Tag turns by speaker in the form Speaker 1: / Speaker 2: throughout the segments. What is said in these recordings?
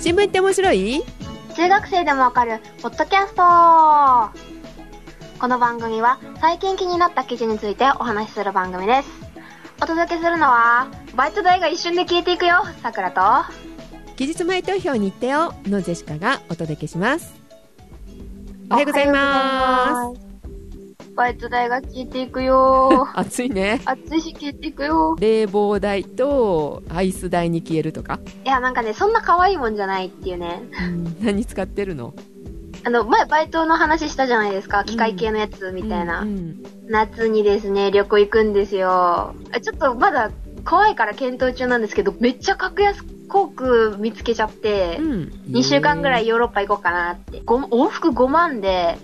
Speaker 1: 新聞って面白い
Speaker 2: 中学生でもわかるポッドキャストこの番組は最近気になった記事についてお話しする番組ですお届けするのはバイト代が一瞬で消えていくよさくらと
Speaker 1: 期日前投票に行ってよのジェシカがお届けしますおはようございます
Speaker 2: バイト代が消えてい くよ
Speaker 1: す暑いね
Speaker 2: 暑いし消えていくよ
Speaker 1: 冷房代とアイス代に消えるとか
Speaker 2: いやなんかねそんな可愛いもんじゃないっていうね
Speaker 1: 何使ってるの
Speaker 2: あの前バイトの話したじゃないですか機械系のやつみたいな、
Speaker 1: うんうん
Speaker 2: 夏にですね旅行行くんですよあちょっとまだ怖いから検討中なんですけどめっちゃ格安航空見つけちゃって、
Speaker 1: うん
Speaker 2: 2週間ぐらいヨーロッパ行こうかなってご往復5万で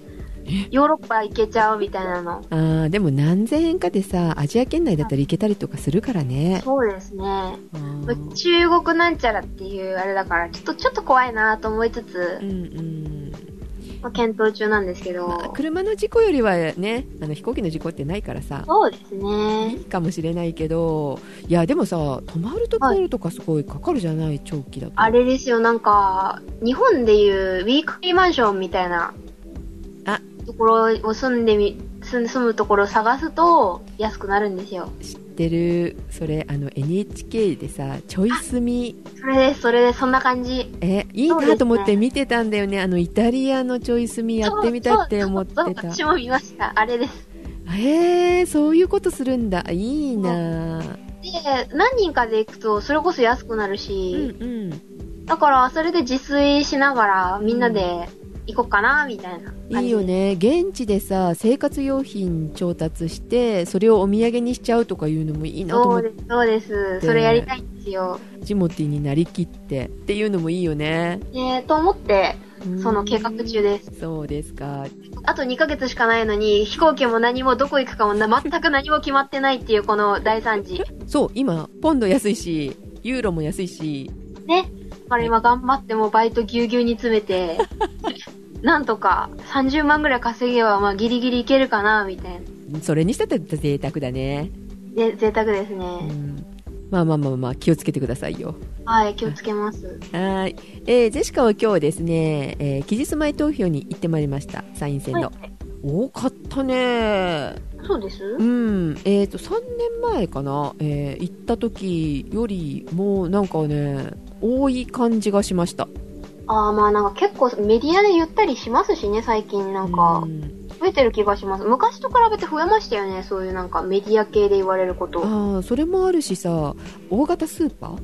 Speaker 2: ヨーロッパ行けちゃうみたいなの
Speaker 1: あーでも何千円かでさアジア圏内だったら行けたりとかするからね
Speaker 2: そうですね
Speaker 1: あー
Speaker 2: 中国なんちゃらっていうあれだからちょっとちょっと怖いなと思いつつ
Speaker 1: う、んうん
Speaker 2: まあ検討中なんですけど、
Speaker 1: まあ車の事故よりはねあの飛行機の事故ってないからさ
Speaker 2: そうです
Speaker 1: い
Speaker 2: ね
Speaker 1: いかもしれないけどいやでもさ泊まるところとかすごいかかるじゃない、長期だと
Speaker 2: あれですよなんか日本でいうウィークリーマンションみたいな
Speaker 1: あ
Speaker 2: ところを住んでみ住ん住むところを探すと安くなるんですよ
Speaker 1: 知ってるそれあの NHK でさちょい住み
Speaker 2: それですそれですそんな感じ
Speaker 1: えいい
Speaker 2: そうです
Speaker 1: な
Speaker 2: ね
Speaker 1: と思って見てたんだよねあのイタリアのちょい住みやってみたって思ってた
Speaker 2: そうそうそう私も見ましたあれです
Speaker 1: へえそういうことするんだいいな
Speaker 2: で何人かで行くとそれこそ安くなる
Speaker 1: うん
Speaker 2: し、
Speaker 1: うん
Speaker 2: だからそれで自炊しながらみんなで行こうかなみたいな感じ
Speaker 1: いいよね現地でさ生活用品調達してそれをお土産にしちゃうとかいうのもいいなと
Speaker 2: そ
Speaker 1: 思っ
Speaker 2: う
Speaker 1: て
Speaker 2: ですそうですそれやりたいんですよ
Speaker 1: ジモティーになりきってっていうのもいいよね
Speaker 2: ねと思って
Speaker 1: うん
Speaker 2: その計画中です
Speaker 1: そうですか
Speaker 2: あと2ヶ月しかないのに、飛行機も何もどこ行くかもな全く何も決まってないっていうこの大惨事。
Speaker 1: そう今ポンド安いしユーロも安いし
Speaker 2: ね。だから今頑張ってもうバイトぎゅうぎゅうに詰め て、なんとか30万ぐらい稼げばまあギリギリいけるかな、みたいな。
Speaker 1: それにしたって贅沢だね、
Speaker 2: で、贅沢です
Speaker 1: う
Speaker 2: ね。
Speaker 1: ん、まあまあまあまあ気をつけてくださいよ
Speaker 2: はい、気をつけます。
Speaker 1: はい、えージェシカは今日ですね、えー期日前投票に行ってまいりました参院選
Speaker 2: は
Speaker 1: の、
Speaker 2: い。
Speaker 1: 多かったね
Speaker 2: そうです
Speaker 1: うんえー、と3年前かな、えー行った時よりもなんかね多い感じがしました
Speaker 2: ああ、まあなんか結構メディアで言ったりしますしね、最近な
Speaker 1: う
Speaker 2: んか。
Speaker 1: ん
Speaker 2: 増えてる気がします。昔と比べて増えましたよね、そういうなんかメディア系で言われること。
Speaker 1: あーそれもあるしさ大型スーパー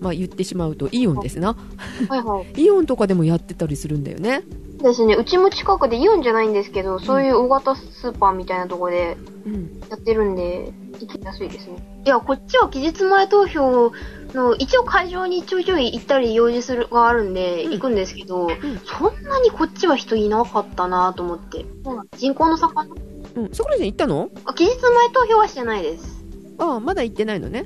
Speaker 1: まあ言ってしまうとイオンですな
Speaker 2: はいはい。
Speaker 1: イオンとかでもやってたりするんだよね
Speaker 2: ですね、うちも近くでイオンじゃないんですけど、そういう大型スーパーみたいなとこで
Speaker 1: うん
Speaker 2: やってるんで、行きやすいですね。いや、こっちは期日前投票の、一応会場にちょいちょい行ったり用事するがあるんで、
Speaker 1: うん
Speaker 2: 行くんですけど、そんなにこっちは人いなかったなと思って。人口の盛んな
Speaker 1: うんさくらちゃん行ったの
Speaker 2: あ期日前投票はしてないです。
Speaker 1: ああまだ行ってないのね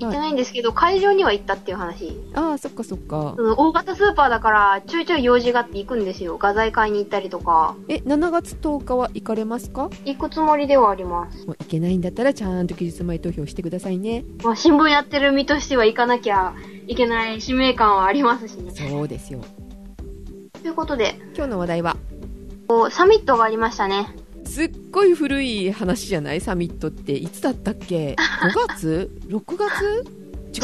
Speaker 2: 行ってないんですけど、会場には行ったっていう話。
Speaker 1: ああそっかそっか
Speaker 2: その大型スーパーだから、ちょいちょい用事があって行くんですよ。画材買いに行ったりとか。
Speaker 1: え7月10日は行かれますか
Speaker 2: 行くつもりではあります。
Speaker 1: もう行けないんだったらちゃんと期日前投票してくださいね
Speaker 2: まあ、新聞やってる身としては行かなきゃいけない使命感はありますしね。
Speaker 1: そうですよ
Speaker 2: ということで、
Speaker 1: 今日の話題は
Speaker 2: こうサミットがありましたね。
Speaker 1: すっごい古い話じゃないサミットっていつだったっけ5月 ?6 月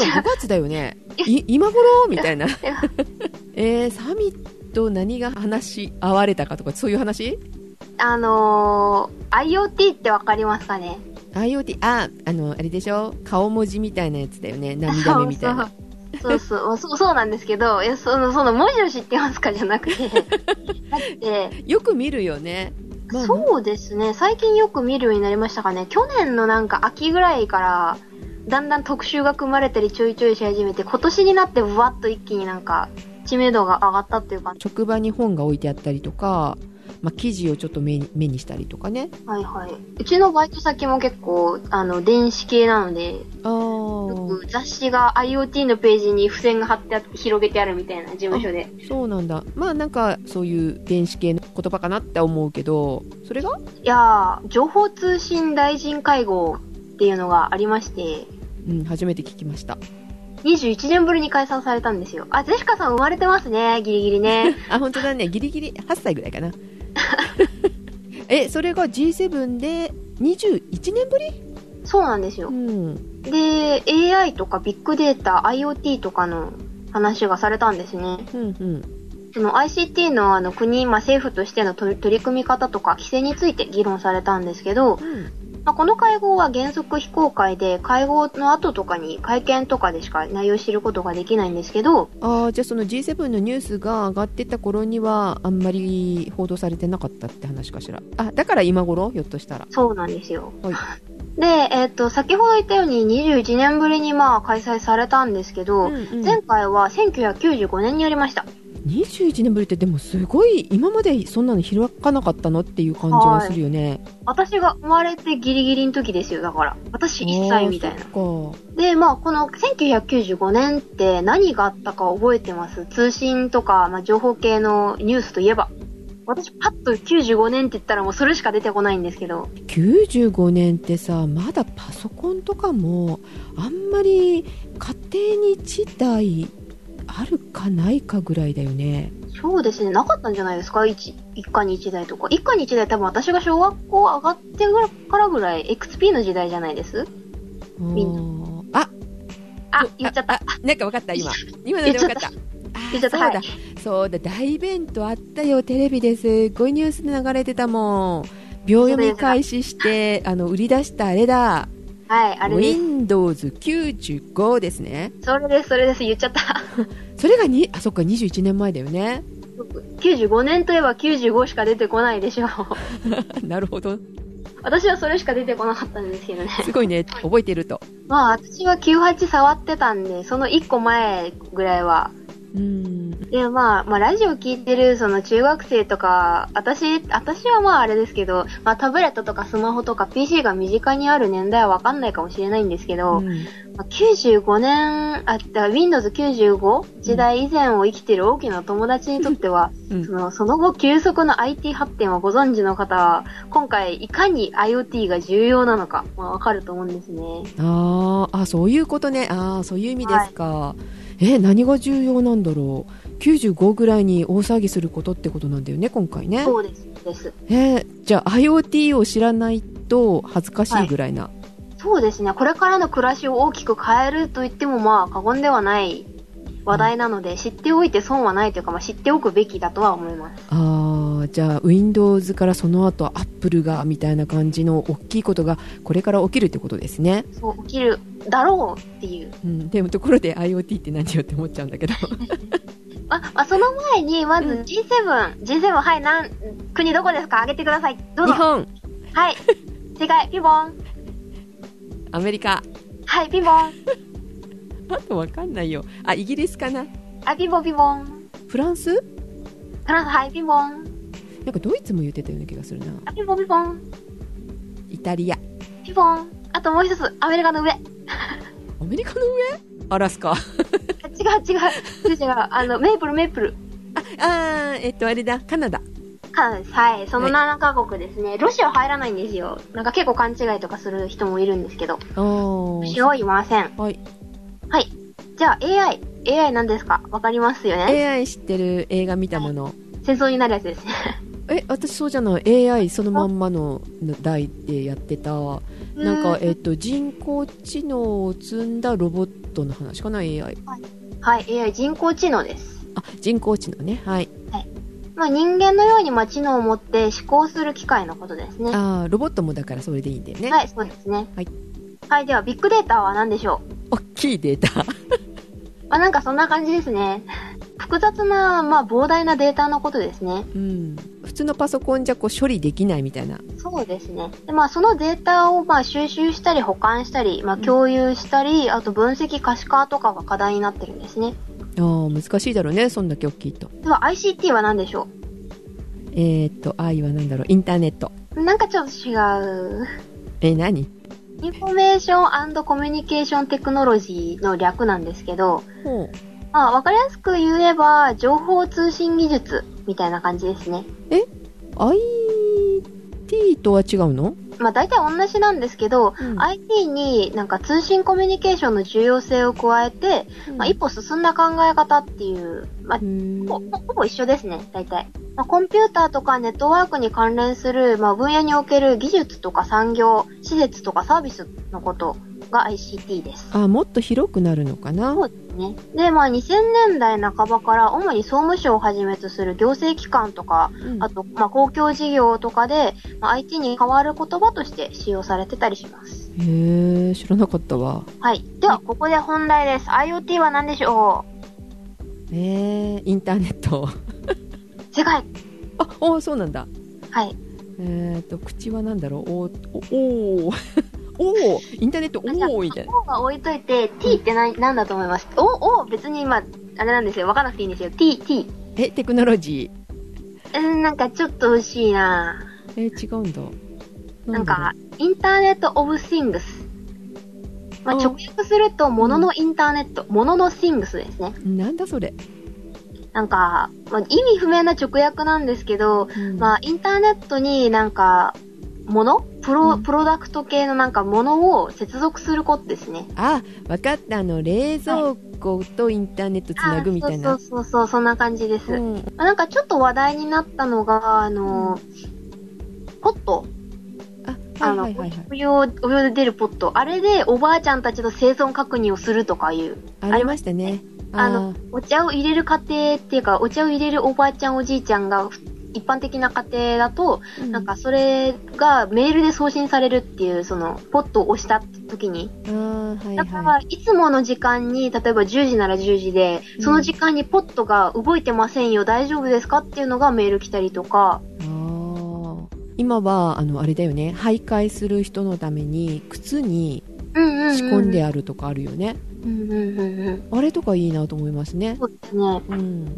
Speaker 1: 違う5月だよねい今頃みたいな えー、サミット何が話し合われたかとかそういう話
Speaker 2: あのー、IoT ってわかりますかね
Speaker 1: IoT ああのあれでしょ顔文字みたいなやつだよね涙目みたいな
Speaker 2: そうそうそうそうそうなんですけど、いや、その、その文字を知ってますかじゃなく て。だって、
Speaker 1: よく見るよね、まあ
Speaker 2: そうですね、最近よく見るようになりましたかね。去年のなんか秋ぐらいから、だんだん特集が組まれたりちょいちょいし始めて、今年になってぶわっと一気になんか知名度が上がったっていう感じ。
Speaker 1: 職場に本が置いてあったりとか、まあ、記事をちょっと目に目にしたりとかね
Speaker 2: はいはい。うちのバイト先も結構、あの、電子系なので、
Speaker 1: あ
Speaker 2: よ
Speaker 1: ー
Speaker 2: く雑誌が IoT のページに付箋が貼ってあって、広げてあるみたいな事務所で。
Speaker 1: そうなんだまあなんかそういう電子系の言葉かなって思うけどそれが
Speaker 2: いやー、情報通信大臣会合っていうのがありまして、
Speaker 1: うん、初めて聞きました。
Speaker 2: 21年ぶりに解散されたんですよ。あ、ジェシカさん生まれてますね、ギリギリ ね。
Speaker 1: あ、本当だね。ギリギリ8歳ぐらいかな。 え、それが G7 で21年ぶり
Speaker 2: そうなんですよ
Speaker 1: う。ん。
Speaker 2: で、AI とかビッグデータ、IoT とかの話がされたんですね。
Speaker 1: うんうん。
Speaker 2: その ICT のあの国、まあ、政府としての取り取り組み方とか規制について議論されたんですけど、
Speaker 1: うん。
Speaker 2: まあ、この会合は原則非公開で、会合の後とかに会見とかでしか内容を知ることができないんですけど、
Speaker 1: ああ、じゃあその G7 のニュースが上がってた頃には、あんまり報道されてなかったって話かしら。あ、だから今頃ひょっとしたら。
Speaker 2: そうなんですよ。
Speaker 1: はい。
Speaker 2: で、えっ、と、先ほど言ったように21年ぶりにまあ開催されたんですけど、
Speaker 1: うんうん
Speaker 2: 前回は1995年にやりました。
Speaker 1: 21年ぶりってでもすごい今までそんなの開かなかったのっていう感じがするよね。
Speaker 2: 私が生まれてギリギリの時ですよ、だから。私1歳みたいな。
Speaker 1: おー。そっか
Speaker 2: で、まあ、この1995年って何があったか覚えてます通信とか、まあ、情報系のニュースといえば。私、パッと95年って言ったらもうそれしか出てこないんですけど。
Speaker 1: 95年ってさまだパソコンとかもあんまり家庭に1台あるかないかぐらいだよね。
Speaker 2: そうですね、なかったんじゃないですか一一家に一台とか。一家に一台多分私が小学校上がってからぐらい XP の時代じゃないですみ
Speaker 1: んなあ
Speaker 2: あ、言っちゃっ
Speaker 1: あ
Speaker 2: た。
Speaker 1: あなんかわかった今今のでわかった。あ
Speaker 2: 言っちゃった
Speaker 1: そうだ、
Speaker 2: は
Speaker 1: そうだ大イベントあったよテレビですっごいニュースで流れてたもん秒読み開始してあの売り出したあれだ
Speaker 2: はい、あれです。
Speaker 1: Windows95 ですね
Speaker 2: それです、それです、言っちゃった。
Speaker 1: それがにあそっか21年前だよね
Speaker 2: 95年といえば95しか出てこないでしょう。
Speaker 1: なるほど
Speaker 2: 私はそれしか出てこなかったんですけどね。
Speaker 1: すごいね覚えてると
Speaker 2: まあ、私は98触ってたんで、その1個前ぐらいは。
Speaker 1: うん
Speaker 2: で、まあ、まあ、ラジオ聞いてる、その中学生とか、私、私はまああれですけど、まあタブレットとかスマホとか PC が身近にある年代はわかんないかもしれないんですけど、
Speaker 1: うん
Speaker 2: まあ95年、あった、Windows95 時代以前を生きてる大きな友達にとっては、
Speaker 1: うん
Speaker 2: そのその後急速な IT 発展をご存知の方は、今回いかに IoT が重要なのか、まあわかると思うんですね。
Speaker 1: あーあそういうことねああそういう意味ですか、え何が重要なんだろう95ぐらいに大騒ぎすることってことなんだよね今回ね
Speaker 2: そうです、そうです。
Speaker 1: えーじゃあ IoT を知らないと恥ずかしいぐらいな、
Speaker 2: そうですね、これからの暮らしを大きく変えると言っても、まあ、過言ではない話題なので、知っておいて損はないというか、まあ、知っておくべきだとは思います。
Speaker 1: ああじゃあ Windows からその後 Apple がみたいな感じの大きいことがこれから起きるってことですね、
Speaker 2: そう、起きるだろうっていう。
Speaker 1: うん、でもところで IoT って何よって思っちゃうんだけど
Speaker 2: まあ、まあ、その前に、まず
Speaker 1: うん
Speaker 2: G7、G7、はい、なん、国どこですか挙げてください。どう
Speaker 1: 日
Speaker 2: ぞ。
Speaker 1: 本
Speaker 2: はい。違い、ピボン。
Speaker 1: アメリカ
Speaker 2: はい、ピボン。
Speaker 1: あとわかんないよあイギリスかな
Speaker 2: あ、ピボン、ピボン。
Speaker 1: フランス
Speaker 2: フランス、はい、ピボン。
Speaker 1: なんかドイツも言ってたような気がするな
Speaker 2: あ、ピボン、ピボン。
Speaker 1: イタリア
Speaker 2: ピボン。あともう一つ、アメリカの上。
Speaker 1: アメリカの上アラスカあ
Speaker 2: 違う、違う。違う、違う。あの、メープル、メープル。
Speaker 1: あーえっとあれだカナダ
Speaker 2: はいはい、その
Speaker 1: はい
Speaker 2: 7カ国ですね。ロシア入らないんですよ。なんか結構勘違いとかする人もいるんですけど、
Speaker 1: あー
Speaker 2: ロシアはいません。
Speaker 1: はい
Speaker 2: はい。じゃあ AI。AI 何ですかわかりますよね
Speaker 1: AI 知ってる映画見たもの
Speaker 2: 戦争になるやつですね。
Speaker 1: え私そうじゃない AI そのまんまの台でやってた なんか、えっと人工知能を積んだロボットの話かな AI
Speaker 2: はい、AI 人工知能です。
Speaker 1: あ人工知能ねはい
Speaker 2: まあ人間のようにまあ知能を持って思考する機械のことですね。
Speaker 1: あーロボットもだからそれでいいんだよね、
Speaker 2: はい、そうですね。
Speaker 1: はい。
Speaker 2: はい、ではビッグデータは何でしょ
Speaker 1: 大きいデータ
Speaker 2: うまあなんかそんな感じですね。複雑な、まあ膨大なデータのことですね。
Speaker 1: うん普通のパソコンじゃこう処理できないみたいな
Speaker 2: そうですね。で、まあ、そのデータを、まあ、収集したり、保管したり、まあ、
Speaker 1: うん
Speaker 2: 共有したり、あと分析可視化とかが課題になってるんですね。
Speaker 1: あー難しいだろうねそんだけ大きいと
Speaker 2: では、ICT は何でしょ
Speaker 1: えーっと I は何だろうインターネット
Speaker 2: うなんかちょっと違う。
Speaker 1: えー何
Speaker 2: インフォメーションコミュニケーションテクノロジーの略なんですけど、
Speaker 1: ほう
Speaker 2: まあ、わかりやすく言えば、情報通信技術みたいな感じですね。
Speaker 1: IT とは違うの
Speaker 2: まあ大体同じなんですけど、
Speaker 1: うん
Speaker 2: IT になんか通信コミュニケーションの重要性を加えて、まあ、一歩進んだ考え方っていう、まあ、
Speaker 1: うん
Speaker 2: ほぼほぼ一緒ですね、大体。まあ、コンピューターとかネットワークに関連する、まあ、分野における技術とか産業、施設とかサービスのことが ICT です。
Speaker 1: あもっと広くなるのかな
Speaker 2: そうですね。で、まあ、2000年代半ばから主に総務省をはじめとする行政機関とか、
Speaker 1: うん
Speaker 2: あと、まあ、公共事業とかで、まあ、IT に代わる言葉として使用されてたりします。
Speaker 1: へえ知らなかったわ
Speaker 2: はい。では、ここで本題です。IoT は何でしょ
Speaker 1: えー、インターネット
Speaker 2: う世界。
Speaker 1: あおそうなんだ
Speaker 2: はい。
Speaker 1: えっ、と口は何だろうおおおー おーインターネット
Speaker 2: あじゃあ
Speaker 1: おおみたいな
Speaker 2: おが置いといて、t って何何だと思いますお、お、別に今、あれなんですよ。わからなくていいんですよ。t, t。
Speaker 1: えテクノロジ
Speaker 2: うん、なんかちょっと惜しいな
Speaker 1: ーえー違うんだ
Speaker 2: なん
Speaker 1: だろう
Speaker 2: か、インターネットオブシングス。まあ、
Speaker 1: うん
Speaker 2: 直訳すると、もののインターネット、もののシングスですね。
Speaker 1: なんだそれ、
Speaker 2: なんか、まあ、意味不明な直訳なんですけど、
Speaker 1: うん
Speaker 2: まあ、インターネットになんか、ものプロ、
Speaker 1: うん
Speaker 2: プロダクト系のなんかものを接続することですね。
Speaker 1: あ分かったあの冷蔵庫とインターネットつなぐみたいな、
Speaker 2: あーそうそうそうそう、そんな感じです。
Speaker 1: うん
Speaker 2: まあなんかちょっと話題になったのが、あの、ポット、
Speaker 1: あ
Speaker 2: あ
Speaker 1: はい
Speaker 2: の、
Speaker 1: はいはいはい
Speaker 2: お湯を、お湯で出るポット、あれでおばあちゃんたちの生存確認をするとかいう、
Speaker 1: ありましたね
Speaker 2: あ
Speaker 1: あ
Speaker 2: の、お茶を入れる家庭っていうか、お茶を入れるおばあちゃんおじいちゃんが、ふ一般的な家庭だと、
Speaker 1: ー
Speaker 2: なんかそれがメールで送信されるっていう、その、ポットを押した時に、
Speaker 1: うんあーはい
Speaker 2: だか
Speaker 1: は
Speaker 2: ら、いつもの時間に、例えば10時なら10時で、その時間にポットが動いてませんよ、大丈夫ですかっていうのがメール来たりとか、
Speaker 1: いあー今はあのあれだよね徘徊する人のために靴に
Speaker 2: うんうん、うん。
Speaker 1: 仕込んであるとかあるよね、
Speaker 2: うんうんうんうん。
Speaker 1: あれとかいいなと思いますね
Speaker 2: そうですね。
Speaker 1: うん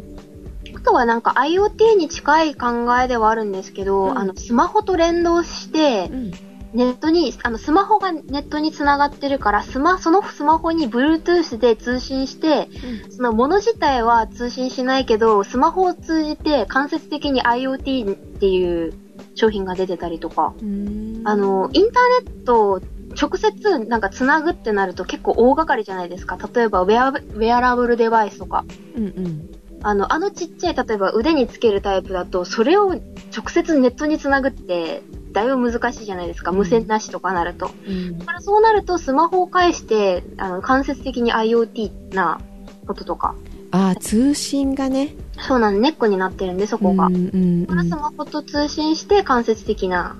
Speaker 2: あとはなんか IoT に近い考えではあるんですけど、
Speaker 1: うん
Speaker 2: あの、スマホと連動して
Speaker 1: う、ん
Speaker 2: ネットに、あの、スマホがネットに繋がってるから、スマ、そのスマホに Bluetooth で通信して、そのもの自体は通信しないけど、スマホを通じて間接的に IoT っていう商品が出てたりとか、
Speaker 1: うん
Speaker 2: あの、インターネットを直接なんか繋ぐってなると結構大掛かりじゃないですか。例えばウェア、ウェアラブルデバイスとか。
Speaker 1: うんうん
Speaker 2: あの、あのちっちゃい、例えば腕につけるタイプだと、それを直接ネットにつなぐって、だいぶ難しいじゃないですか。無線なしとかなると。だ
Speaker 1: うん
Speaker 2: からそうなると、スマホを介して、あの、間接的に IoT なこととか、
Speaker 1: あー通信がね
Speaker 2: そうなんネックになってるんで、そこが。
Speaker 1: うんうん
Speaker 2: だからスマホと通信して、間接的な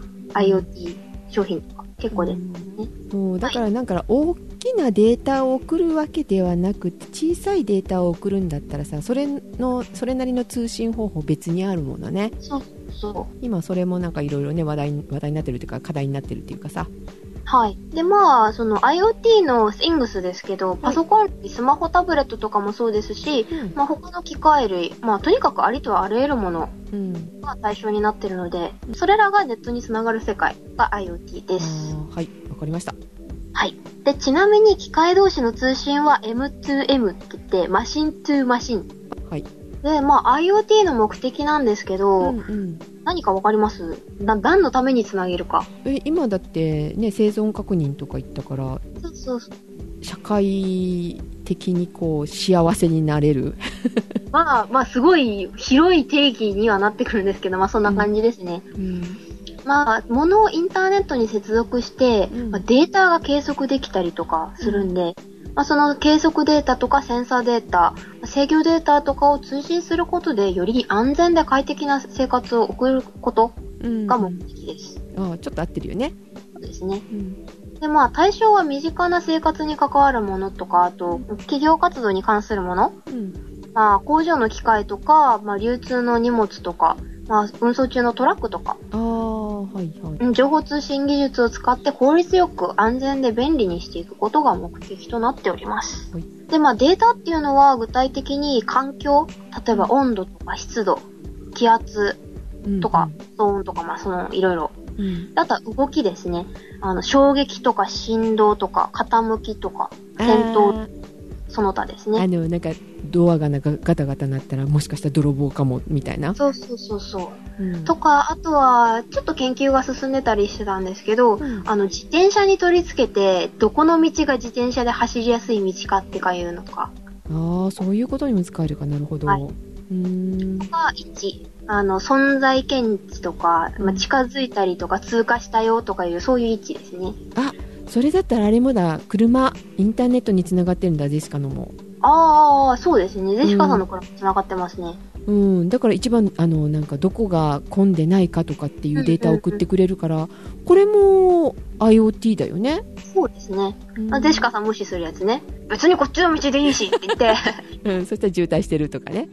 Speaker 2: IoT 商品とか、結構で。
Speaker 1: うんそうだからなんか大きなデータを送るわけではなくて小さいデータを送るんだったらさそれのそれなりの通信方法別にあるものね
Speaker 2: そうそう。
Speaker 1: 今それもなんかいろいろね話題に話題になってるというか課題になってるというかさ
Speaker 2: はい。で、まあ、その IoT のスイングスですけど、パソコン、スマホ、タブレットとかもそうですし、
Speaker 1: うん
Speaker 2: まあ、他の機械類、まあ、とにかくありとあらゆるもの
Speaker 1: うん
Speaker 2: が対象になってるので、それらがネットにつながる世界が IoT
Speaker 1: あ
Speaker 2: です。
Speaker 1: ーはいわかりました
Speaker 2: はい。で、ちなみに機械同士の通信は M2M って言って、マシン to マシン。
Speaker 1: はい
Speaker 2: で、まあ、IoT の目的なんですけど、
Speaker 1: うんうん
Speaker 2: 何かわかりますな何のためにつなげるか。
Speaker 1: え今だってね生存確認とか言ったから
Speaker 2: そうそうそう。
Speaker 1: 社会的にこう幸せになれる
Speaker 2: まあ、まあ、すごい広い定義にはなってくるんですけど、まあ、そんな感じですね。
Speaker 1: うん
Speaker 2: まあ、物をインターネットに接続して、
Speaker 1: うん
Speaker 2: まあ、データが計測できたりとかするんで、まあ、その計測データとかセンサーデータ、まあ制御データとかを通信することで、より安全で快適な生活を送ること
Speaker 1: うん
Speaker 2: が目的です。
Speaker 1: あーちょっと合ってるよね
Speaker 2: そうですね。
Speaker 1: うん
Speaker 2: で、まあ、対象は身近な生活に関わるものとか、あと、企業活動に関するもの、
Speaker 1: うん
Speaker 2: まあ、工場の機械とか、まあ、流通の荷物とか、まあ、運送中のトラックとか、
Speaker 1: ああはいはい
Speaker 2: うん情報通信技術を使って効率よく安全で便利にしていくことが目的となっております。
Speaker 1: はい
Speaker 2: で、まあデータっていうのは具体的に環境、例えば温度とか湿度、気圧とか、騒音とか、まあそのいろいろ。
Speaker 1: うんうん
Speaker 2: あとは動きですね。あの、衝撃とか振動とか傾きとか、
Speaker 1: あ
Speaker 2: 転倒、
Speaker 1: ー
Speaker 2: その他です
Speaker 1: あ
Speaker 2: ね。
Speaker 1: のなんかドアがなんかガタガタなったらもしかしたら泥棒かもみたいな、
Speaker 2: そうそうそうそうう。
Speaker 1: ん
Speaker 2: とか、あとは、ちょっと研究が進んでたりしてたんですけど、
Speaker 1: うん
Speaker 2: あの、自転車に取り付けて、どこの道が自転車で走りやすい道かってかいうのか。
Speaker 1: ああそういうことにも使えるかなるほど、
Speaker 2: はいう
Speaker 1: ーん
Speaker 2: が1、あの、存在検知とか、まあ、近づいたりとか通過したよとかいう、そういう位置ですね。
Speaker 1: それだったらあれもだ車インターネットにつながってるんだジェシカのも
Speaker 2: ああ、そうですね。ゼシカさんのこれも繋がってますね。
Speaker 1: うん、だから一番あのなんかどこが混んでないかとかっていうデータを送ってくれるから、これも IoT だよね。
Speaker 2: そうですね。
Speaker 1: うん
Speaker 2: あゼシカさん無視するやつね。別にこっちの道でいいしって言 って。
Speaker 1: うん、そしたら渋滞してるとかね。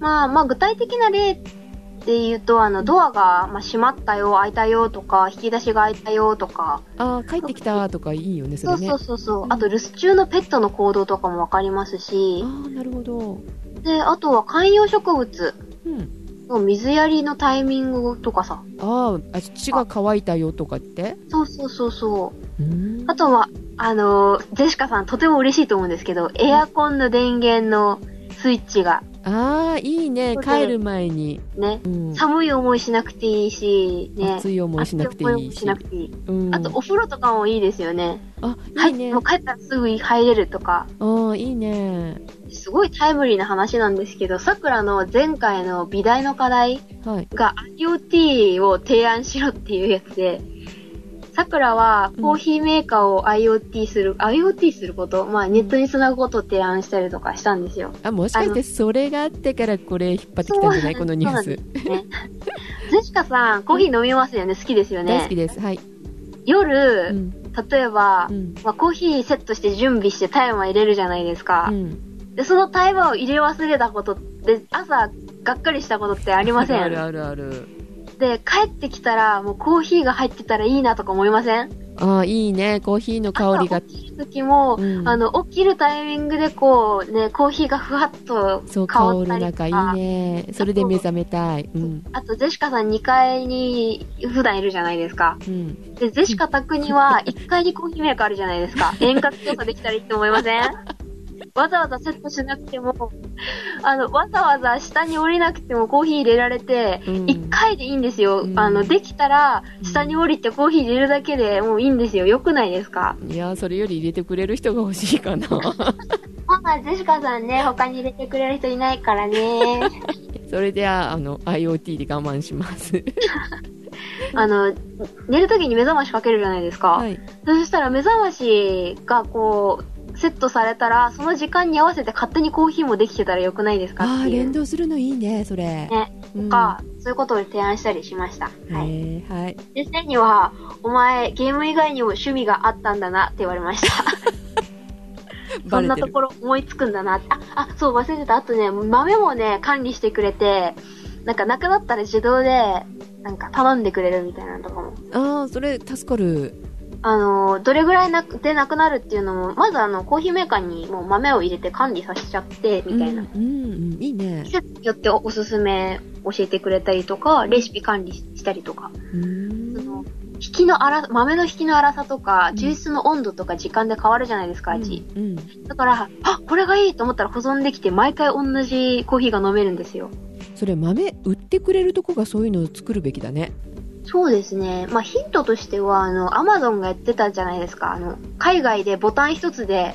Speaker 2: まあまあ具体的な例っていうと、あの、ドアが、まあ、閉まったよ、開いたよとか、引き出しが開いたよとか、
Speaker 1: あー帰ってきたとかいいよねそ
Speaker 2: そ
Speaker 1: れ
Speaker 2: う
Speaker 1: ね。
Speaker 2: そうそうそう、
Speaker 1: うん
Speaker 2: あと留守中のペットの行動とかもわかりますし、
Speaker 1: ああなるほど。
Speaker 2: で、あとは観葉植物
Speaker 1: うん。
Speaker 2: の水やりのタイミングとかさ、
Speaker 1: あーあ土が乾いたよとかって。
Speaker 2: そうそうそうそう。
Speaker 1: うん。
Speaker 2: あとは、あの、ジェシカさんとても嬉しいと思うんですけど、エアコンの電源のスイッチが、
Speaker 1: ああいいね
Speaker 2: そうそう
Speaker 1: 帰る前に。
Speaker 2: ね、
Speaker 1: うん。
Speaker 2: 寒い思いしなくていいし、ね。
Speaker 1: 熱い思いしなくて
Speaker 2: 熱
Speaker 1: い
Speaker 2: 思
Speaker 1: い
Speaker 2: も
Speaker 1: し。
Speaker 2: しなくていい。
Speaker 1: うん。
Speaker 2: あと、お風呂とかもいいですよね。
Speaker 1: あ
Speaker 2: はいい、
Speaker 1: いね
Speaker 2: もう。帰ったらすぐ入れるとか、
Speaker 1: うんいいね。
Speaker 2: すごいタイムリーな話なんですけど、さくらの前回の美大の課題
Speaker 1: はい。
Speaker 2: が IoT を提案しろっていうやつで、さくらはコーヒーメーカーを IoT する、IoT すること、まあネットにつなぐことを提案したりとかしたんですよ。
Speaker 1: あもしかしてそれがあってからこれ引っ張ってきたんじゃないこのニュー
Speaker 2: そう
Speaker 1: ス。
Speaker 2: ゼシカさん、コーヒー飲みますよね好きですよね。
Speaker 1: 大好きです。はい。
Speaker 2: 夜、
Speaker 1: うん
Speaker 2: 例えば、
Speaker 1: うん
Speaker 2: まあ、コーヒーセットして準備してタイマー入れるじゃないですか。
Speaker 1: うん。
Speaker 2: で、その対話を入れ忘れたことって、朝、がっかりしたことってありませ
Speaker 1: ある
Speaker 2: ん
Speaker 1: あるある
Speaker 2: で、帰ってきたら、もうコーヒーが入ってたらいいなとか思いません
Speaker 1: ああいいねコーヒーの香りが
Speaker 2: 朝起きる時も、
Speaker 1: うん
Speaker 2: あの、起きるタイミングでこう、ね、コーヒーがふわっと
Speaker 1: そう
Speaker 2: 香
Speaker 1: 香
Speaker 2: っ
Speaker 1: る
Speaker 2: たりと
Speaker 1: 中
Speaker 2: か。
Speaker 1: いいねそれで目覚めたいうん
Speaker 2: あと、ゼシカさん2階に普段いるじゃないですか。
Speaker 1: うん
Speaker 2: で、ゼシカ宅には1階にコーヒーメーカーあるじゃないで すか。遠隔操作できたらいいと思いませんわざわざセットしなくても、あの、わざわざ下に降りなくてもコーヒー入れられて、
Speaker 1: うん
Speaker 2: 1回でいいんですよ、
Speaker 1: うん
Speaker 2: あのできたら
Speaker 1: うん
Speaker 2: 下に降りてコーヒー入れるだけでもういいんですよよくないですか
Speaker 1: いやーそれより入れてくれる人が欲しいかな
Speaker 2: まあジェシカさんね他に入れてくれる人いないからね
Speaker 1: それではあの IoT で我慢します
Speaker 2: あの寝るときに目覚ましかけるじゃないですか、
Speaker 1: はい
Speaker 2: そしたら目覚ましがこうセットされたらその時間に合わせて勝手にコーヒーもできてたらよくないですか
Speaker 1: あ
Speaker 2: っ
Speaker 1: あ
Speaker 2: ていう
Speaker 1: 連動するのいいねそれ
Speaker 2: ね
Speaker 1: うん
Speaker 2: とか、そういうことを提案したりしました、
Speaker 1: は
Speaker 2: はい、
Speaker 1: いはい
Speaker 2: 先生には「お前ゲーム以外にも趣味があったんだな」って言われました そ
Speaker 1: バ
Speaker 2: ん
Speaker 1: レ
Speaker 2: な
Speaker 1: て
Speaker 2: と
Speaker 1: る
Speaker 2: ころ思いつくんだなって。あ、あ、そう、忘れてた。あとね、豆もね、管理してくれて、なんかなくなったら自動で、なんか頼んでくれるみたいなのとかも。
Speaker 1: ああそれ助かる
Speaker 2: あのー、どれぐらいなくでなくなるっていうのも、まずあの、コーヒーメーカーにもう豆を入れて管理させちゃって、みたいな。
Speaker 1: うんうんうんいいね
Speaker 2: 季節によっておすすめ教えてくれたりとか、レシピ管理したりとか。
Speaker 1: うー
Speaker 2: そ
Speaker 1: ん
Speaker 2: の引きの荒豆の引きの荒さとか、
Speaker 1: うん
Speaker 2: 抽出の温度とか時間で変わるじゃないですか、味。
Speaker 1: うんうん
Speaker 2: だから、あ、これがいいと思ったら保存できて、毎回同じコーヒーが飲めるんですよ。
Speaker 1: それ豆売ってくれるとこがそういうのを作るべきだね
Speaker 2: そうですね。まあ、ヒントとしては、あの、アマゾンがやってたじゃないですか。あの、海外でボタン一つで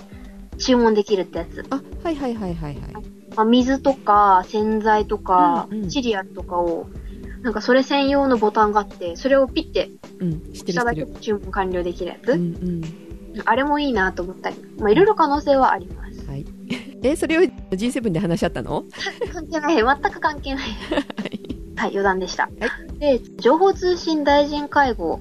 Speaker 2: 注文できるってやつ。
Speaker 1: あはいはいはいはいはい
Speaker 2: まあ、水とか、洗剤とか、
Speaker 1: うんうん
Speaker 2: シリアルとかを、なんかそれ専用のボタンがあって、それをピッて
Speaker 1: うん知ってる知
Speaker 2: 下
Speaker 1: っ
Speaker 2: だ
Speaker 1: て
Speaker 2: け
Speaker 1: る
Speaker 2: で注文完了できるやつ。
Speaker 1: うんうん
Speaker 2: あれもいいなと思ったり。まあ、いろいろ可能性はあり ます。
Speaker 1: えそれを G7 で話し合ったの
Speaker 2: 関係ない。全く関係ない。はい、余談でした。
Speaker 1: は
Speaker 2: で、情報通信大臣会合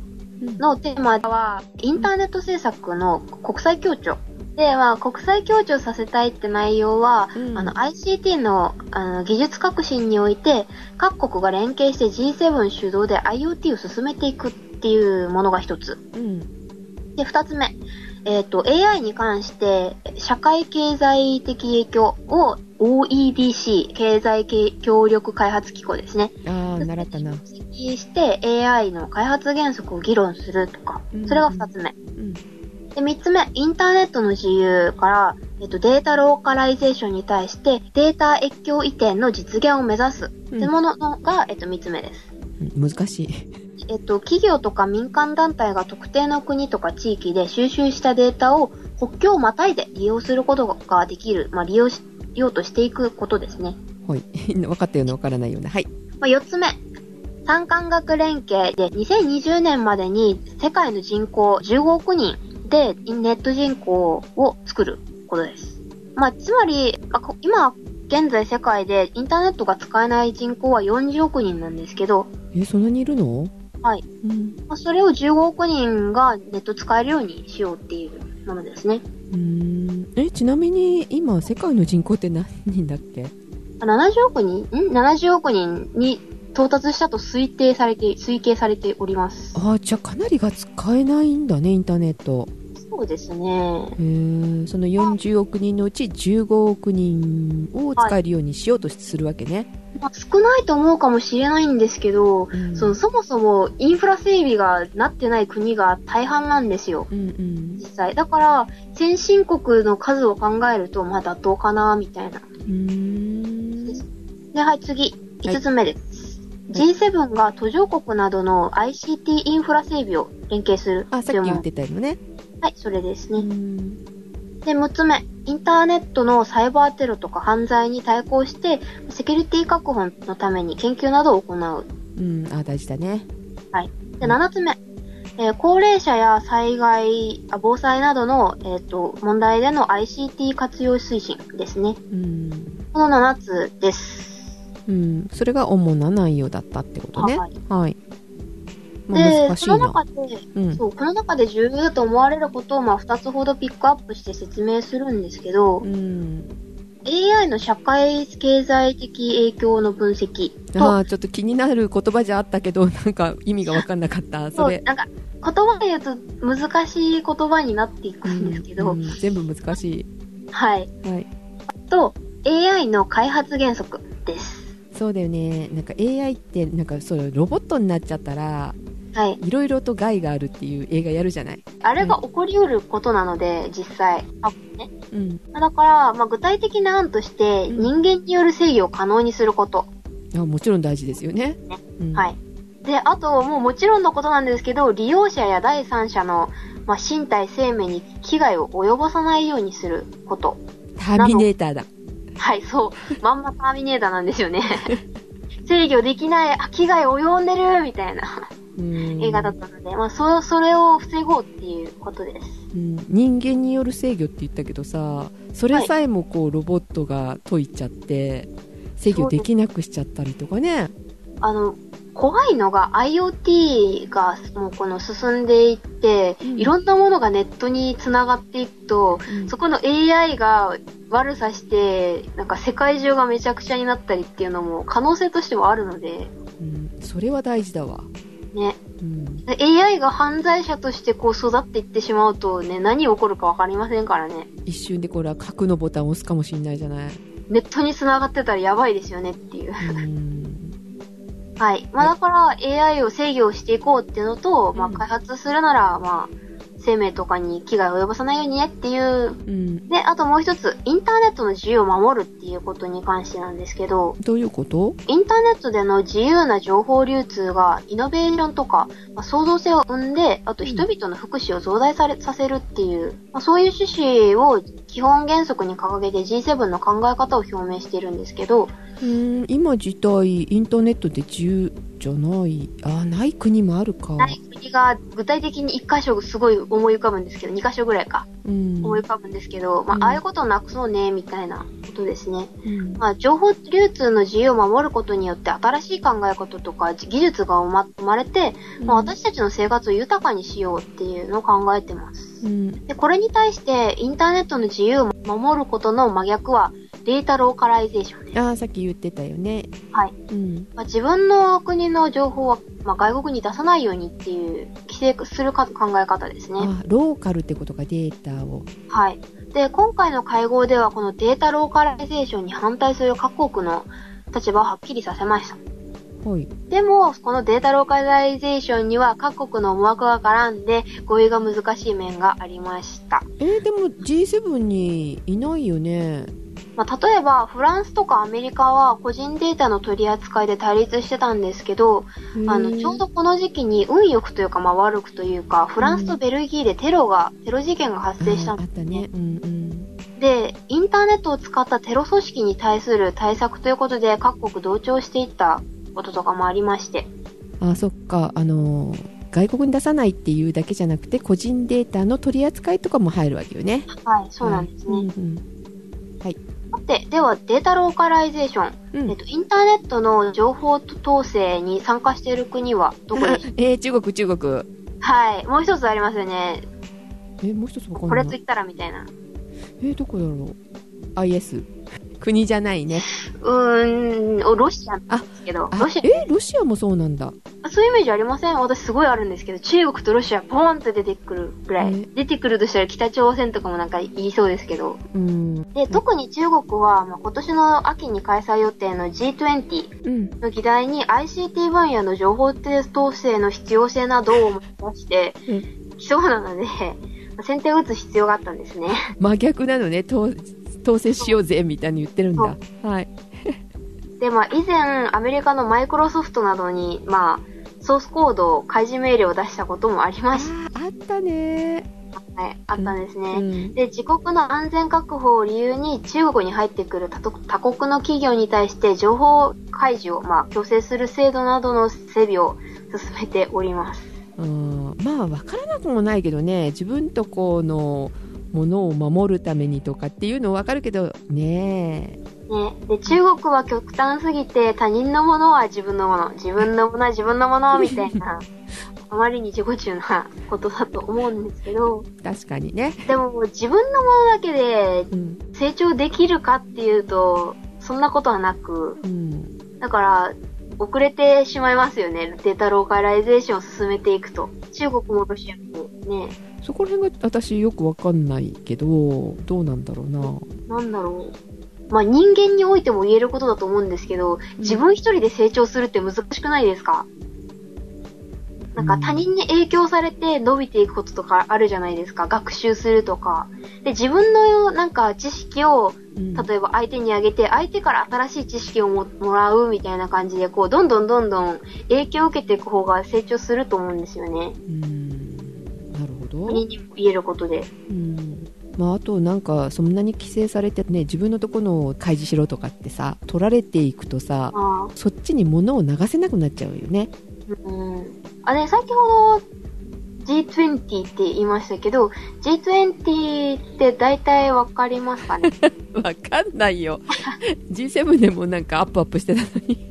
Speaker 2: のテーマは、インターネット政策の国際協調。で、まあ、国際協調させたいって内容は、
Speaker 1: うん
Speaker 2: あの、ICT のあの技術革新において、各国が連携して G7 主導で IoT を進めていくっていうものが一つ。
Speaker 1: うん
Speaker 2: で、二つ目。えっ、と、AI に関して、社会経済的影響を OEDC、経済協力開発機構ですね。
Speaker 1: ああ習ったな
Speaker 2: 指摘して AI の開発原則を議論するとか
Speaker 1: う、ん
Speaker 2: それが2つ目。
Speaker 1: うん
Speaker 2: で、3つ目、インターネットの自由からえっと、データローカライゼーションに対してデータ越境移転の実現を目指すというものが、えっと、3つ目です。
Speaker 1: うん難しい。
Speaker 2: えっと、企業とか民間団体が特定の国とか地域で収集したデータを国境をまたいで利用することができる、まあ、利用しようとしていくことですね。
Speaker 1: はい。 分かったような分からないような。はい。
Speaker 2: まあ、4つ目。産官学連携で2020年までに世界の人口15億人でネット人口を作ることです。まあ、つまり、まあこ今現在世界でインターネットが使えない人口は40億人なんですけど、
Speaker 1: え、そんなにいるの
Speaker 2: はい。
Speaker 1: うん。
Speaker 2: まあ、それを15億人がネット使えるようにしようっていうものですね。
Speaker 1: うーん。え、ちなみに今、世界の人口って何人だっけ
Speaker 2: あ70億人ん ?70 億人に到達したと推定されて、推計されております。
Speaker 1: ああ、じゃあかなりが使えないんだね、インターネット。
Speaker 2: そうですね。
Speaker 1: へえ、その40億人のうち15億人を使えるようにしようとするわけね。
Speaker 2: まあ、少ないと思うかもしれないんですけど、
Speaker 1: うん
Speaker 2: そのそもそもインフラ整備がなってない国が大半なんですよ。
Speaker 1: うんうん。
Speaker 2: 実際。だから、先進国の数を考えると、まあ妥当かな、みたいな。
Speaker 1: うーん。
Speaker 2: で、はい、次。
Speaker 1: はい
Speaker 2: 5つ目です。G7 が途上国などの ICT インフラ整備を連携する。
Speaker 1: あ、さっき言っ
Speaker 2: で
Speaker 1: てたよね。
Speaker 2: もはい、それです
Speaker 1: う
Speaker 2: ね。
Speaker 1: ん。
Speaker 2: で、6つ目。インターネットのサイバーテロとか犯罪に対抗して、セキュリティ確保のために研究などを行う。
Speaker 1: うん、あ、大事だね。
Speaker 2: で、7つ目。えー高齢者や災害、あ防災などの、えー、と問題での ICT 活用推進ですね。
Speaker 1: うん。
Speaker 2: この7つです。
Speaker 1: うん。それが主な内容だったってことね。
Speaker 2: はい。
Speaker 1: はい。まあ、
Speaker 2: で、
Speaker 1: 難しい
Speaker 2: この
Speaker 1: な。
Speaker 2: 中で、
Speaker 1: うん。
Speaker 2: そう、この中で重要だと思われることを、まあ、2つほどピックアップして説明するんですけど、
Speaker 1: うん。
Speaker 2: AI の社会経済的影響の分析
Speaker 1: あ
Speaker 2: と、
Speaker 1: あ、ちょっと気になる言葉じゃあったけど、なんか意味がわかんなかった。そ
Speaker 2: そう
Speaker 1: れ。
Speaker 2: なんか、言葉で言うと難しい言葉になっていくんですけど、
Speaker 1: うんうん全部難しい。
Speaker 2: はい。
Speaker 1: はい。
Speaker 2: と、AI の開発原則です。
Speaker 1: そうだよね。なんか AI って、なんかそう、ロボットになっちゃったら、
Speaker 2: はい。
Speaker 1: いろいろと害があるっていう映画やるじゃない。
Speaker 2: あれが起こり得ることなので、実際。あね、
Speaker 1: うん。
Speaker 2: だから、まあ、具体的な案として、
Speaker 1: う
Speaker 2: 人間による制御を可能にすること。
Speaker 1: あもちろん大事ですよね。うん
Speaker 2: はい。で、あと、もうもちろんのことなんですけど、利用者や第三者の、まあ、身体生命に危害を及ぼさないようにすること。
Speaker 1: ターミネーターだ。
Speaker 2: は い、そう。まんまターミネーターなんですよね。 制御できない、あ危害及んでるみたいな
Speaker 1: うん
Speaker 2: 映画だったので、まあ、そそれを防ごうっていうことです。
Speaker 1: うん人間による制御って言ったけどさそれさえもこうロボットが解いちゃって制御できなくしちゃったりとかね
Speaker 2: あの、怖いのが IoT がもうこの進んでいって、
Speaker 1: うん
Speaker 2: いろんなものがネットにつながっていくと、そこの AI が悪さして、なんか世界中がめちゃくちゃになったりっていうのも可能性としてはあるので、
Speaker 1: うんそれは大事だわ、
Speaker 2: ね。
Speaker 1: うん、
Speaker 2: AI が犯罪者としてこう育っていってしまうとね、何起こるかわかりませんからね。
Speaker 1: 一瞬でこれは核のボタンを押すかもしれないじゃない、
Speaker 2: ネットに繋がってたらやばいですよねっていう。
Speaker 1: うん、
Speaker 2: はい。まあだから AI を制御していこうっていうのと、ま
Speaker 1: う
Speaker 2: あ
Speaker 1: ん
Speaker 2: 開発するなら、まあ、生命とかに危害を及ぼさないようにねっていう。
Speaker 1: うん、
Speaker 2: で、あともう一つ、インターネットの自由を守るっていうことに関してなんですけど、
Speaker 1: どういうこと
Speaker 2: インターネットでの自由な情報流通がイノベーションとか、まあ、創造性を生んで、あと人々の福祉を増大されさせるっていう、まあ、そういう趣旨を基本原則に掲げて G7 の考え方を表明しているんですけど、
Speaker 1: うん今自体インターネットで自由じゃないあない国もあるか、
Speaker 2: ない国が具体的に1箇所すごい思い浮かぶんですけど、2箇所ぐらいか
Speaker 1: うん
Speaker 2: 思い浮かぶんですけど、ま
Speaker 1: うん
Speaker 2: あ、ああいうことをなくそうね、みたいなことですね。
Speaker 1: うん
Speaker 2: まあ、情報流通の自由を守ることによって新しい考え方とか技術が生ま生まれて、まあ、私たちの生活を豊かにしようっていうのを考えてます。
Speaker 1: うん
Speaker 2: で、これに対してインターネットの自由を守ることの真逆はデータローカライゼーションです。
Speaker 1: あさっき言ってたよね
Speaker 2: はい。
Speaker 1: うん
Speaker 2: まあ、自分の国の情報は、まあ、外国に出さないようにっていう規制するか考え方ですね。
Speaker 1: あローカルってことかデータを
Speaker 2: はい。で、今回の会合では、このデータローカライゼーションに反対する各国の立場をはっきりさせました。
Speaker 1: はい。
Speaker 2: でも、このデータローカライゼーションには各国の思惑が絡んで合意が難しい面がありました。
Speaker 1: えーでも G7 にいないよね。
Speaker 2: まあ、例えば、フランスとかアメリカは個人データの取り扱いで対立してたんですけど、あの、ちょうどこの時期に運良くというか、まあ悪くというか、フランスとベルギーでテロが、テロ事件が発生した
Speaker 1: あ
Speaker 2: ん
Speaker 1: ーあ
Speaker 2: で
Speaker 1: っ
Speaker 2: す
Speaker 1: た
Speaker 2: ね
Speaker 1: ね。。うんうん。
Speaker 2: で、インターネットを使ったテロ組織に対する対策ということで、各国同調していったこととかもありまして。
Speaker 1: あーそっかあのー外国に出さないっていうだけじゃなくて個人データの取り扱いとかも入るわけよね。
Speaker 2: はい、そうなんです
Speaker 1: はい
Speaker 2: ね。
Speaker 1: うん
Speaker 2: さて、では、データローカライゼーション。
Speaker 1: うんう
Speaker 2: え
Speaker 1: ん
Speaker 2: っと、インターネットの情報統制に参加している国はどこでしょ
Speaker 1: えー中国中国。
Speaker 2: うはい、もう一つありますよね。
Speaker 1: えーもう一つわかんな
Speaker 2: これ
Speaker 1: い。
Speaker 2: と言ったらみたいな。
Speaker 1: えーどこだろう ?IS。国じゃないね。
Speaker 2: うーん、おロシアなんですけど、ロ
Speaker 1: あ
Speaker 2: シア
Speaker 1: えーロシアもそうなんだ。
Speaker 2: あそういうイメージありません私すごいあるんですけど、中国とロシアポーンと出てくるぐらい
Speaker 1: ね。
Speaker 2: 出てくるとしたら北朝鮮とかもなんか言いそうですけど。
Speaker 1: うん。
Speaker 2: で、特に中国は、まあ、今年の秋に開催予定の G20
Speaker 1: うん。
Speaker 2: の議題に ICT 分野の情報統制の必要性などを目指して
Speaker 1: う
Speaker 2: きそうなので、まあ先手を打つ必要があったんですね。
Speaker 1: 真逆なのね。と統制しようぜみたいに言ってるんだ。はい。
Speaker 2: で、まあ、以前、アメリカのマイクロソフトなどに、まあ、ソースコードを開示命令を出したこともありまし
Speaker 1: あーあったね。
Speaker 2: た、ね、あったんですね。
Speaker 1: うん。
Speaker 2: で、自国の安全確保を理由に中国に入ってくる他国他国の企業に対して情報開示を、まあ、強制する制度などの整備を進めております。
Speaker 1: うんまあ分からなくもないけどね自分とこのものを守るためにとかっていうの分かるけどね
Speaker 2: ね、で中国は極端すぎて他人のものは自分のもの自分のものは自分のものみた いなあまりに自己中なことだと思うんですけど
Speaker 1: 確かにね、
Speaker 2: でも自分のものだけで
Speaker 1: うん
Speaker 2: 成長できるかっていうとそんなことはなく
Speaker 1: うん、
Speaker 2: だから、遅れてしまいますよね。データローカライゼーションを進めていくと。中国もロシアもね、
Speaker 1: そこら辺が私よく分かんないけどどうなんだろうな
Speaker 2: なんだろう。まあ人間においても言えることだと思うんですけど、自分一人で成長するって難しくないですかなんか他人に影響されて伸びていくこととかあるじゃないですか。学習するとか。で、自分のなんか知識を
Speaker 1: うん
Speaker 2: 例えば相手にあげて相手から新しい知識をももらうみたいな感じでこうどんどんどんどん影響を受けていく方が成長すると思うんですよね
Speaker 1: うんなるほど、
Speaker 2: 国にも言えることで
Speaker 1: うんまあ、あとなんかそんなに規制されてね自分のとこのを開示しろとかってさ取られていくとさ
Speaker 2: ああ
Speaker 1: そっちに物を流せなくなっちゃうよね
Speaker 2: うんあれ先ほど G20 って言いましたけど G20 って大体わかりま すかね
Speaker 1: わかんないよ。G7 でもなんかアップアップしてたのに。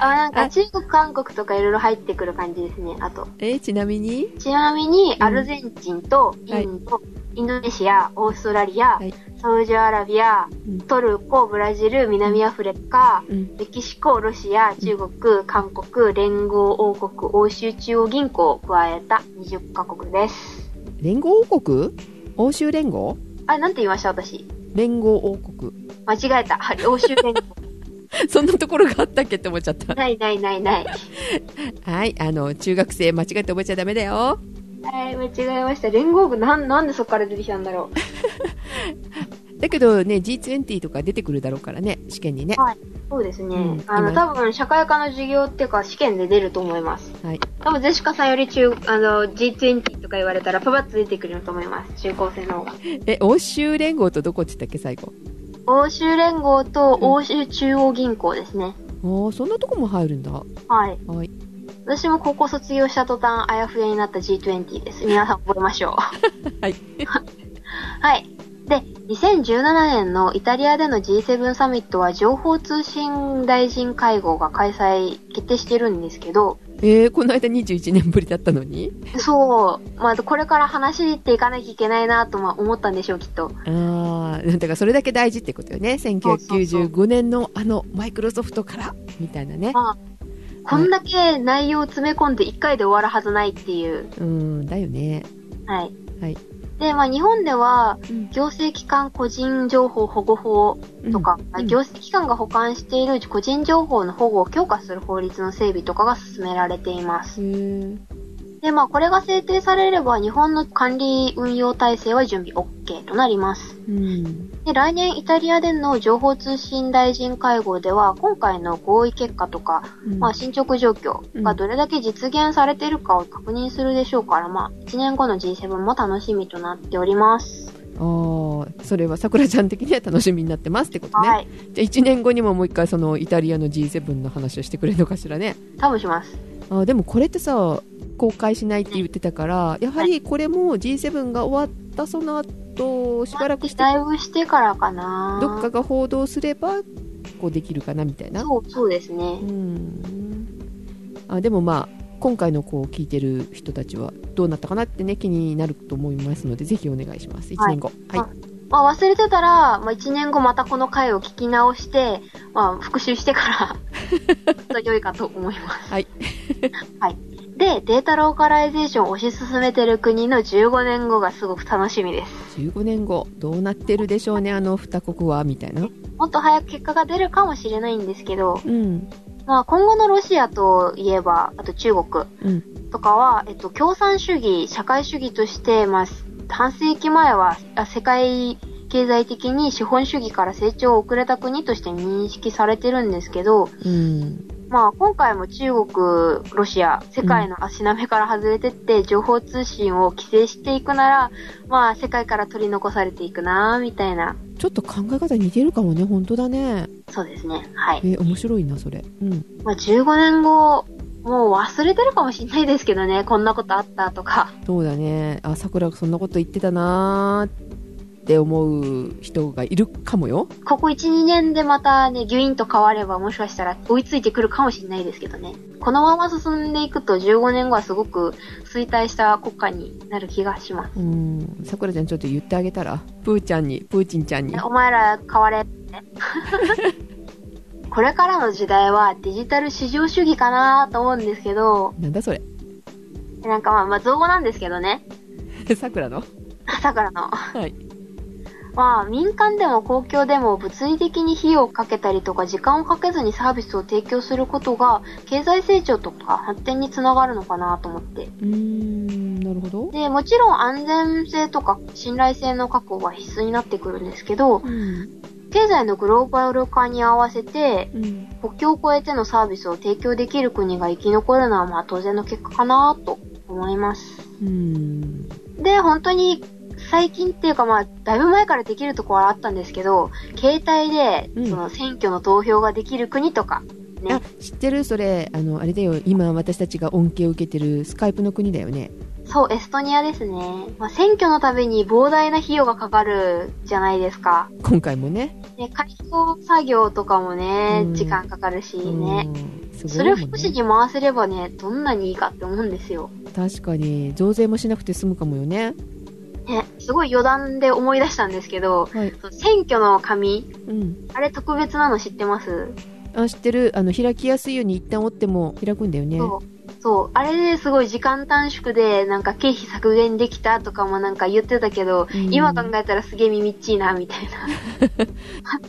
Speaker 2: あなんか
Speaker 1: あ
Speaker 2: 中国韓国とかいろいろ入ってくる感じですねあと
Speaker 1: え、ちなみに
Speaker 2: ちなみに、アルゼンチンとインド、インドネシア、オーストラリア、
Speaker 1: はい
Speaker 2: サウジアラビア
Speaker 1: うん、
Speaker 2: トルコ、ブラジル、南アフリカ、
Speaker 1: うん。
Speaker 2: メキシコ、ロシア、中国、韓国、連合王国、欧州中央銀行を加えた20カ国です。
Speaker 1: 連合王国欧州連合
Speaker 2: あ、なんて言いました私。
Speaker 1: 連合王国。
Speaker 2: 間違えた。あ欧州連合。
Speaker 1: そんなところがあったっけって思っちゃった。
Speaker 2: ないないないない。
Speaker 1: はい。あの、中学生間違えて覚えちゃダメだよ。
Speaker 2: はい、間違えました。連合軍、なん、なんでそこから出てきたんだろう。
Speaker 1: だけどね、G20 とか出てくるだろうからね、試験にね。
Speaker 2: そうですね。
Speaker 1: うん
Speaker 2: あの、
Speaker 1: 今
Speaker 2: 多分、社会科の授業っていうか、試験で出ると思います。
Speaker 1: はい。
Speaker 2: 多分、ゼシカさんより中、あの、G20 とか言われたら、パパッと出てくると思います。中高生の方が。
Speaker 1: え、欧州連合とどこって言ったっけ、最後。
Speaker 2: 欧州連合と
Speaker 1: うん
Speaker 2: 欧州中央銀行ですね。
Speaker 1: ああ、そんなとこも入るんだ。
Speaker 2: はい。
Speaker 1: はい。
Speaker 2: 私も高校卒業した途端、あやふやになった G20 です。皆さん覚えましょう。
Speaker 1: はい。
Speaker 2: はい。で、2017年のイタリアでの G7 サミットは情報通信大臣会合が開催決定してるんですけど、
Speaker 1: えー、この間21年ぶりだったのに
Speaker 2: そう、まあ、これから話していかなきゃいけないなとまあ思ったんでしょう、きっと。
Speaker 1: ああ、だからそれだけ大事ってことよね。
Speaker 2: そうそうそう
Speaker 1: 1995年のあのマイクロソフトからみたいなね。
Speaker 2: こんだけ内容を詰め込んで1回で終わるはずないっていう。
Speaker 1: うん、だよね。
Speaker 2: はい。
Speaker 1: はい
Speaker 2: で、まあ、日本では、
Speaker 1: うん
Speaker 2: 行政機関個人情報保護法とか、
Speaker 1: うん
Speaker 2: 行政機関が保管している個人情報の保護を強化する法律の整備とかが進められています。
Speaker 1: へえ
Speaker 2: で、まあ、これが制定されれば、日本の管理運用体制は準備 OK となります。
Speaker 1: うん
Speaker 2: で来年イタリアでの情報通信大臣会合では今回の合意結果とか、
Speaker 1: うん
Speaker 2: まあ、進捗状況がどれだけ実現されているかを確認するでしょうから、まあ、1年後の G7 も楽しみとなっております。
Speaker 1: あーそれはさくらちゃん的には楽しみになってますってことね、
Speaker 2: はい。
Speaker 1: じゃあ1年後にももう一回そのイタリアの G7 の話をしてくれるのかしらね
Speaker 2: 多分します。
Speaker 1: あーでもこれってさ公開しないって言ってたからやはりこれも G7 が終わったその後しばらくして
Speaker 2: だいぶしてからかな。
Speaker 1: どっかが報道すればこうできるかなみたいな
Speaker 2: そう、そうです
Speaker 1: う
Speaker 2: ね。
Speaker 1: んあでもまあ今回のこう聞いてる人たちはどうなったかなってね気になると思いますのでぜひお願いします1年後はい、
Speaker 2: あまあ、忘れてたら、まあ、1年後またこの回を聞き直して、まあ、復習してから ちょっと良いかと思います。
Speaker 1: はい。
Speaker 2: はい。で、データローカライゼーションを推し進めてる国の15年後がすごく楽しみです。
Speaker 1: 15年後どうなってるでしょうねあの二国はみたいな
Speaker 2: もっと早く結果が出るかもしれないんですけど、
Speaker 1: うん
Speaker 2: まあ、今後のロシアといえば、あと中国
Speaker 1: うん
Speaker 2: とかは、えっと、共産主義、社会主義として、まあ、半世紀前はあ世界経済的に資本主義から成長を遅れた国として認識されてるんですけど、
Speaker 1: うん
Speaker 2: まあ、今回も中国、ロシア、世界の足並みから外れてって、情報通信を規制していくなら、まあ、世界から取り残されていくな、みたいな。
Speaker 1: ちょっと考え方似てるかもね本当だね
Speaker 2: そうですね。はい。
Speaker 1: え面白いなそれうん
Speaker 2: まあ、15年後、もう忘れてるかもしれないですけどね、こんなことあったとか。
Speaker 1: そうだねあさくらそんなこと言ってたなーって思う人がいるかもよ
Speaker 2: ここ1、2年でまたね、ギュインと変わればもしかしたら追いついてくるかもしれないですけどね。このまま進んでいくと15年後はすごく衰退した国家になる気がしま
Speaker 1: う
Speaker 2: す。
Speaker 1: んさくらちゃんちょっと言ってあげたらプーちゃんにプーチンちゃんに
Speaker 2: お前ら変われって。 これからの時代はデジタル市場主義かなと思うんですけど、
Speaker 1: なんだそれ
Speaker 2: なんかまあ、まあ造語なんですけどね。
Speaker 1: さくらの
Speaker 2: 朝からの。
Speaker 1: はい
Speaker 2: まあ、民間でも公共でも物理的に費用をかけたりとか時間をかけずにサービスを提供することが経済成長とか発展につながるのかなと思って。
Speaker 1: うーんなるほど
Speaker 2: で、もちろん安全性とか信頼性の確保が必須になってくるんですけど、
Speaker 1: うん
Speaker 2: 経済のグローバル化に合わせて
Speaker 1: うん
Speaker 2: 国境を越えてのサービスを提供できる国が生き残るのはまあ当然の結果かなと思います。
Speaker 1: うん
Speaker 2: で、本当に最近っていうかまあ、だいぶ前からできるところはあったんですけど、携帯で
Speaker 1: うん、
Speaker 2: その選挙の投票ができる国とか、ね
Speaker 1: あ知ってるそれあのあれだよ今私たちが恩恵を受けてるスカイプの国だよね
Speaker 2: そう、エストニアですね。まあ、選挙のために膨大な費用がかかるじゃないですか。
Speaker 1: 今回もね
Speaker 2: ね、開票作業とかもね
Speaker 1: うん、
Speaker 2: 時間かかるしね。
Speaker 1: うんすごいもんね
Speaker 2: それを福祉に回せればね、どんなにいいかって思うんですよ。
Speaker 1: 確かに増税もしなくて済むかもよね
Speaker 2: ね、すごい余談で思い出したんですけど、
Speaker 1: はい
Speaker 2: その選挙の紙、
Speaker 1: うん
Speaker 2: あれ特別なの知ってます
Speaker 1: あ知ってるあの開きやすいように一旦折っても開くんだよね
Speaker 2: そう。そう。あれですごい時間短縮で、なんか経費削減できたとかもなんか言ってたけど、
Speaker 1: うん
Speaker 2: 今考えたらすげえ耳っちいな、みた いな。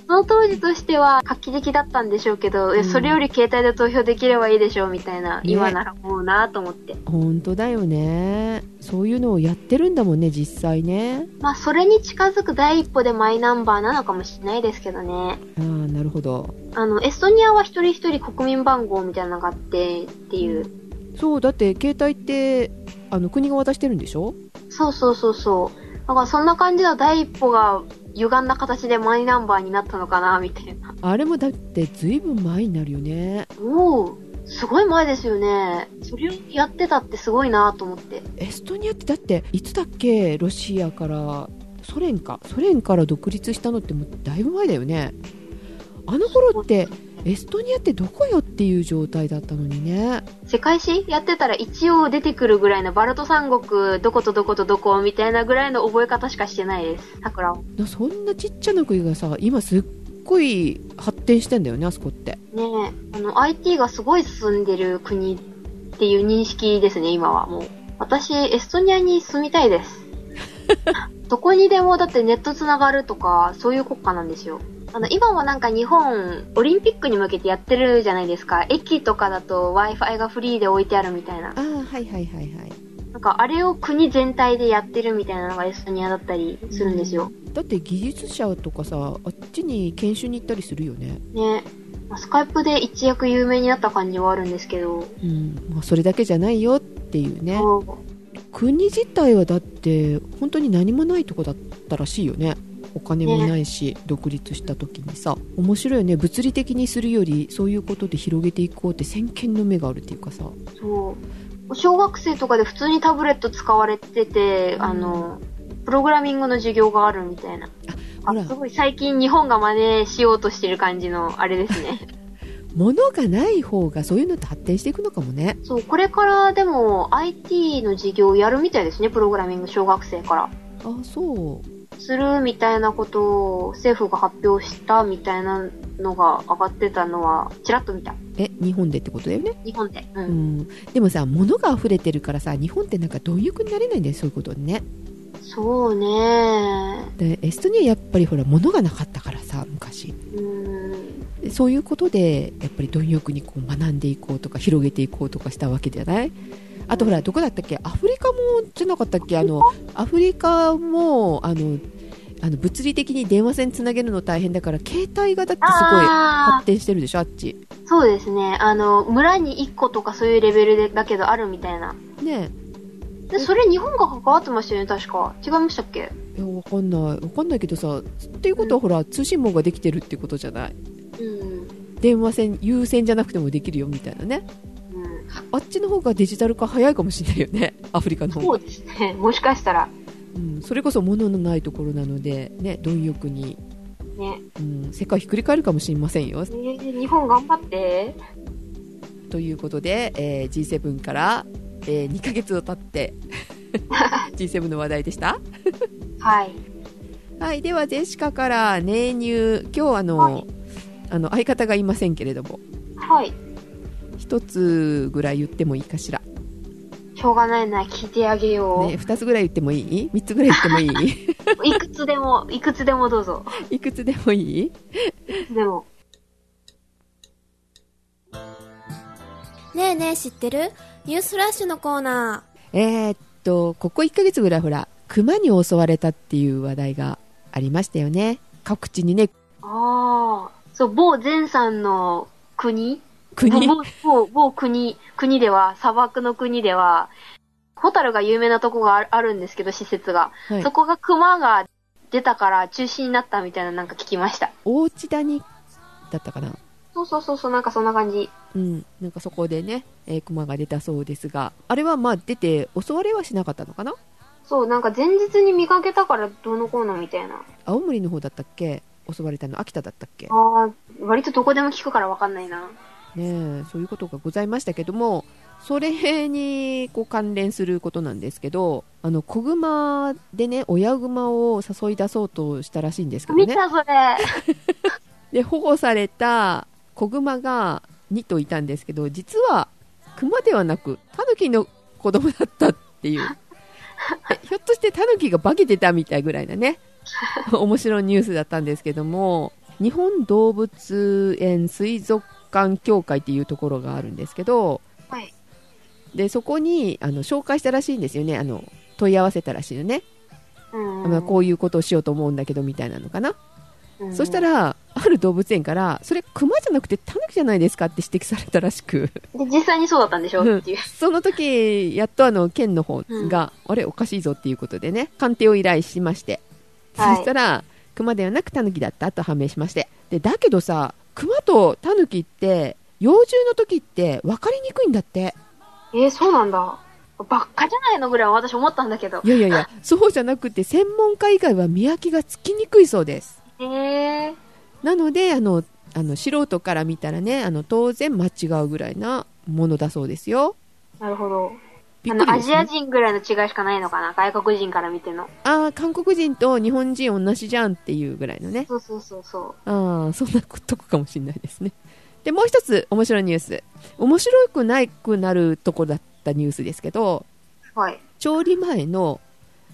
Speaker 2: その当時としては画期的だったんでしょうけど、いや
Speaker 1: うん
Speaker 2: それより携帯で投票できればいいでしょう、みたいな、
Speaker 1: ね
Speaker 2: 今なら思うなと思って。
Speaker 1: 本当だよねそういうのをやってるんだもんね実際ね
Speaker 2: まあ、それに近づく第一歩でマイナンバーなのかもしれないですけどね。
Speaker 1: ああなるほど
Speaker 2: あの、エストニアは一人一人国民番号みたいなのがあって、っていう。
Speaker 1: そうだって携帯ってあの国が渡してるんでしょ
Speaker 2: そうそうそうそう。だからそんな感じの第一歩が歪んだ形でマイナンバーになったのかな、みたいな。
Speaker 1: あれもだってずいぶん前になるよね
Speaker 2: もう、すごい前ですよね。それをやってたってすごいなと思って。
Speaker 1: エストニアってだっていつだっけロシアからソ連かソ連から独立したのってもうだいぶ前だよねあの頃ってエストニアってどこよっていう状態だったのにね
Speaker 2: 世界史やってたら一応出てくるぐらいのバルト三国、どことどことどこみたいなぐらいの覚え方しかしてないです。桜を。
Speaker 1: なそんなちっちゃな国がさ今すっごい発展してんだよねあそこって
Speaker 2: ねえ、あの、IT がすごい進んでる国っていう認識ですね、今はもう。私、エストニアに住みたいです。どこにでもだってネットつながるとか、そういう国家なんですよ。あの、今もなんか日本、オリンピックに向けてやってるじゃないですか。駅とかだと Wi-Fi がフリーで置いてあるみたいな
Speaker 1: あ。あはいはいはいはい
Speaker 2: なんかあれを国全体でやってるみたいなのがエストニアだったりするんですよ。
Speaker 1: だって技術者とかさあっちに研修に行ったりするよね、
Speaker 2: ね。まあスカイプで一躍有名になった感じはあるんですけど。
Speaker 1: うんまあ、それだけじゃないよっていうね
Speaker 2: そう
Speaker 1: 国自体はだって本当に何もないとこだったらしいよねお金もないし、独立した時にさ面白いよね物理的にするよりそういうことで広げていこうって先見の目があるっていうかさ
Speaker 2: そう。小学生とかで普通にタブレット使われてて、あの、プログラミングの授業があるみたいな。
Speaker 1: ほ
Speaker 2: あ
Speaker 1: ら
Speaker 2: すごい最近日本が真似しようとしてる感じのあれです ね。
Speaker 1: 物がない方がそういうのって発展していくのかもね
Speaker 2: そう、これからでも IT の授業やるみたいですね、プログラミング小学生から。
Speaker 1: あそう
Speaker 2: するみたいなことを政府が発表したみたいなのが上がってたのは、ちらっと見た。
Speaker 1: え日本でってことだよね
Speaker 2: 日本で。う。
Speaker 1: うんん、でもさ物が溢れてるからさ日本ってなんか貪欲になれないんだよそういうことにね
Speaker 2: そうね
Speaker 1: でエストニアやっぱりほら物がなかったからさ昔
Speaker 2: うん。
Speaker 1: でそういうことでやっぱり貪欲にこう学んでいこうとか広げていこうとかしたわけじゃないあとほらどこだったっけアフリカもじゃなかったっけあのアフリカもあのあの物理的に電話線つなげるの大変だから携帯がだってすごい
Speaker 2: あ
Speaker 1: 発展してるでしょあっち
Speaker 2: ーそうですね。あの、村に1個とかそういうレベルでだけどあるみたいな。
Speaker 1: ね
Speaker 2: で、それ日本が関わってましたよね、確か。違いましたっけ
Speaker 1: えいやわかんないわかんないけどさっていうことはほら通信網ができてるってことじゃない
Speaker 2: うん。
Speaker 1: 電話線優先じゃなくてもできるよみたいなね
Speaker 2: うん、
Speaker 1: あっちの方がデジタル化早いかもしれないよねアフリカの方
Speaker 2: そ
Speaker 1: が
Speaker 2: うですね。 もしかしたら。
Speaker 1: うん、それこそ物のないところなのでね貪欲に、
Speaker 2: ね。
Speaker 1: うん、世界ひっくり返るかもしれませんよ
Speaker 2: えー日本頑張って。
Speaker 1: ということで、えー G7 から、え2ヶ月を経って G7 の話題でした
Speaker 2: はい。
Speaker 1: はいではジェシカからネ乳今日あの、
Speaker 2: はい
Speaker 1: あの相方がいませんけれども
Speaker 2: はい。
Speaker 1: 一つぐらい言ってもいいかしら、ね、
Speaker 2: しょうがないな、聞いてあげよう。
Speaker 1: 2つぐらい言ってもいい3つぐらい言ってもいい
Speaker 2: いくつでも、いくつでもどうぞ。
Speaker 1: いくつでもいい
Speaker 2: いくつでも。
Speaker 3: ねえねえ知ってるニュースフラッシュのコーナ
Speaker 1: えーっと、ここ1ヶ月ぐらいほら、熊に襲われたっていう話題がありましたよね。各地にね、
Speaker 2: ああ。そう、某前さんの国
Speaker 1: 国、
Speaker 2: 某、某、某国、国では、砂漠の国では、ホタルが有名なとこがあるあるんですけど、施設が。
Speaker 1: はい
Speaker 2: そこが熊が出たから中止になったみたいななんか聞きました。
Speaker 1: 大内谷だったかな。
Speaker 2: そうそうそう、そうなんかそんな感じ。
Speaker 1: うん、なんかそこでね、えー熊が出たそうですが、あれはまあ出て襲われはしなかったのかな
Speaker 2: そう、なんか前日に見かけたからどうのこうのみたいな。
Speaker 1: 青森の方だったっけ襲われたの秋田だったっけね
Speaker 2: ああ、割とどこでも聞くからわかんないな。
Speaker 1: えそういうことがございましたけども、それにこう関連することなんですけど、あの、子熊でね、親熊を誘い出そうとしたらしいんですけど
Speaker 2: 見
Speaker 1: ね。
Speaker 2: たそれ。
Speaker 1: で保護された子グマが2頭いたんですけど実はクマではなくタヌキの子供だったって いうえひょっとしてタヌキが化けてたみたいぐらいな ね面白いニュースだったんですけども日本動物園水族館協会っていうところがあるんですけど、
Speaker 2: はい
Speaker 1: でそこにあの紹介したらしいんですよねあの問い合わせたらしいのね、
Speaker 2: うん
Speaker 1: まあこういうことをしようと思うんだけどみたいなのかな
Speaker 2: うん
Speaker 1: そしたら、ある動物園から、それ、熊じゃなくてタヌキじゃないですかって指摘されたらしく、
Speaker 2: で、実際にそうだったんでしょ
Speaker 1: うん
Speaker 2: っていう。
Speaker 1: その時やっとあの県の方が、あれ、おかしいぞっていうことでね、鑑定を依頼しまして、
Speaker 2: はい
Speaker 1: そしたら、熊ではなくタヌキだったと判明しまして、でだけどさ、熊とタヌキって、幼虫の時って分かりにくいんだって、
Speaker 2: えー、そうなんだ。ばっかじゃないのぐらいは私思ったんだけど
Speaker 1: い。やいやいや、そうじゃなくて、専門家以外は見分けがつきにくいそうです。
Speaker 2: えー、
Speaker 1: なのであのあの素人から見たらねあの当然間違うぐらいなものだそうですよ
Speaker 2: なるほど。
Speaker 1: び
Speaker 2: あ
Speaker 1: っくり
Speaker 2: の、ア
Speaker 1: です、
Speaker 2: ジ
Speaker 1: ね、
Speaker 2: ア人ぐらいの違いしかないのかな外国人から見ての。
Speaker 1: あー韓国人と日本人同じじゃんっていうぐらいのね
Speaker 2: そうそうそうそ
Speaker 1: ああそんなとこかもしれないですねでもう一つ面白いニュース面白くないくなるとこだったニュースですけど
Speaker 2: う。はい。
Speaker 1: 調理前の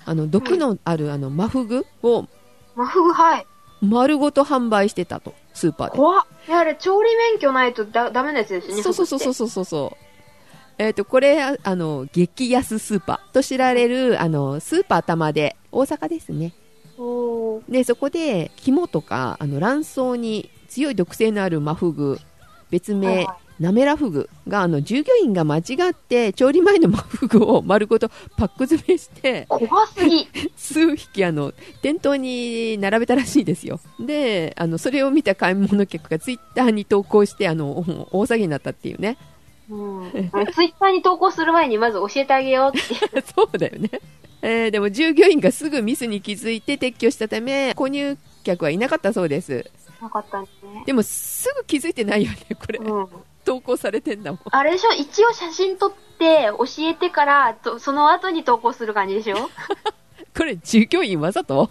Speaker 1: あの毒のあるあのマフグを
Speaker 2: マフグはい。
Speaker 1: 丸ごと販売してたとスーパーで
Speaker 2: 怖っ。いや、あれ、調理免許ないとだダメなやつですよね。
Speaker 1: そうそうそうそうう。そうそうそう。えっ、と、これ、ああの、激安スーパーと知られる、あの、スーパー玉で、大阪ですね。
Speaker 2: おー
Speaker 1: で、そこで、肝とか、あの、卵巣に強い毒性のあるマフグ、別
Speaker 2: はい
Speaker 1: 名
Speaker 2: は、
Speaker 1: ナメラフグが、あの、従業員が間違って、調理前のマフグを丸ごとパック詰めして、
Speaker 2: 怖すぎ。
Speaker 1: 数匹、あの、店頭に並べたらしいですよ。で、あの、それを見た買い物客がツイッターに投稿して、あの、大騒ぎになったっていうね。
Speaker 2: うん。ツイッターに投稿する前にまず教えてあげようって。
Speaker 1: そうだよね、えーでも従業員がすぐミスに気づいて撤去したため購入客はいなかったそうです
Speaker 2: なかったんですね。
Speaker 1: でもすぐ気づいてないよね これ
Speaker 2: うん。
Speaker 1: 投稿されてんだもん
Speaker 2: あれでしょ一応写真撮って、教えてから、とその後に投稿する感じでしょ
Speaker 1: これ従業員わざ と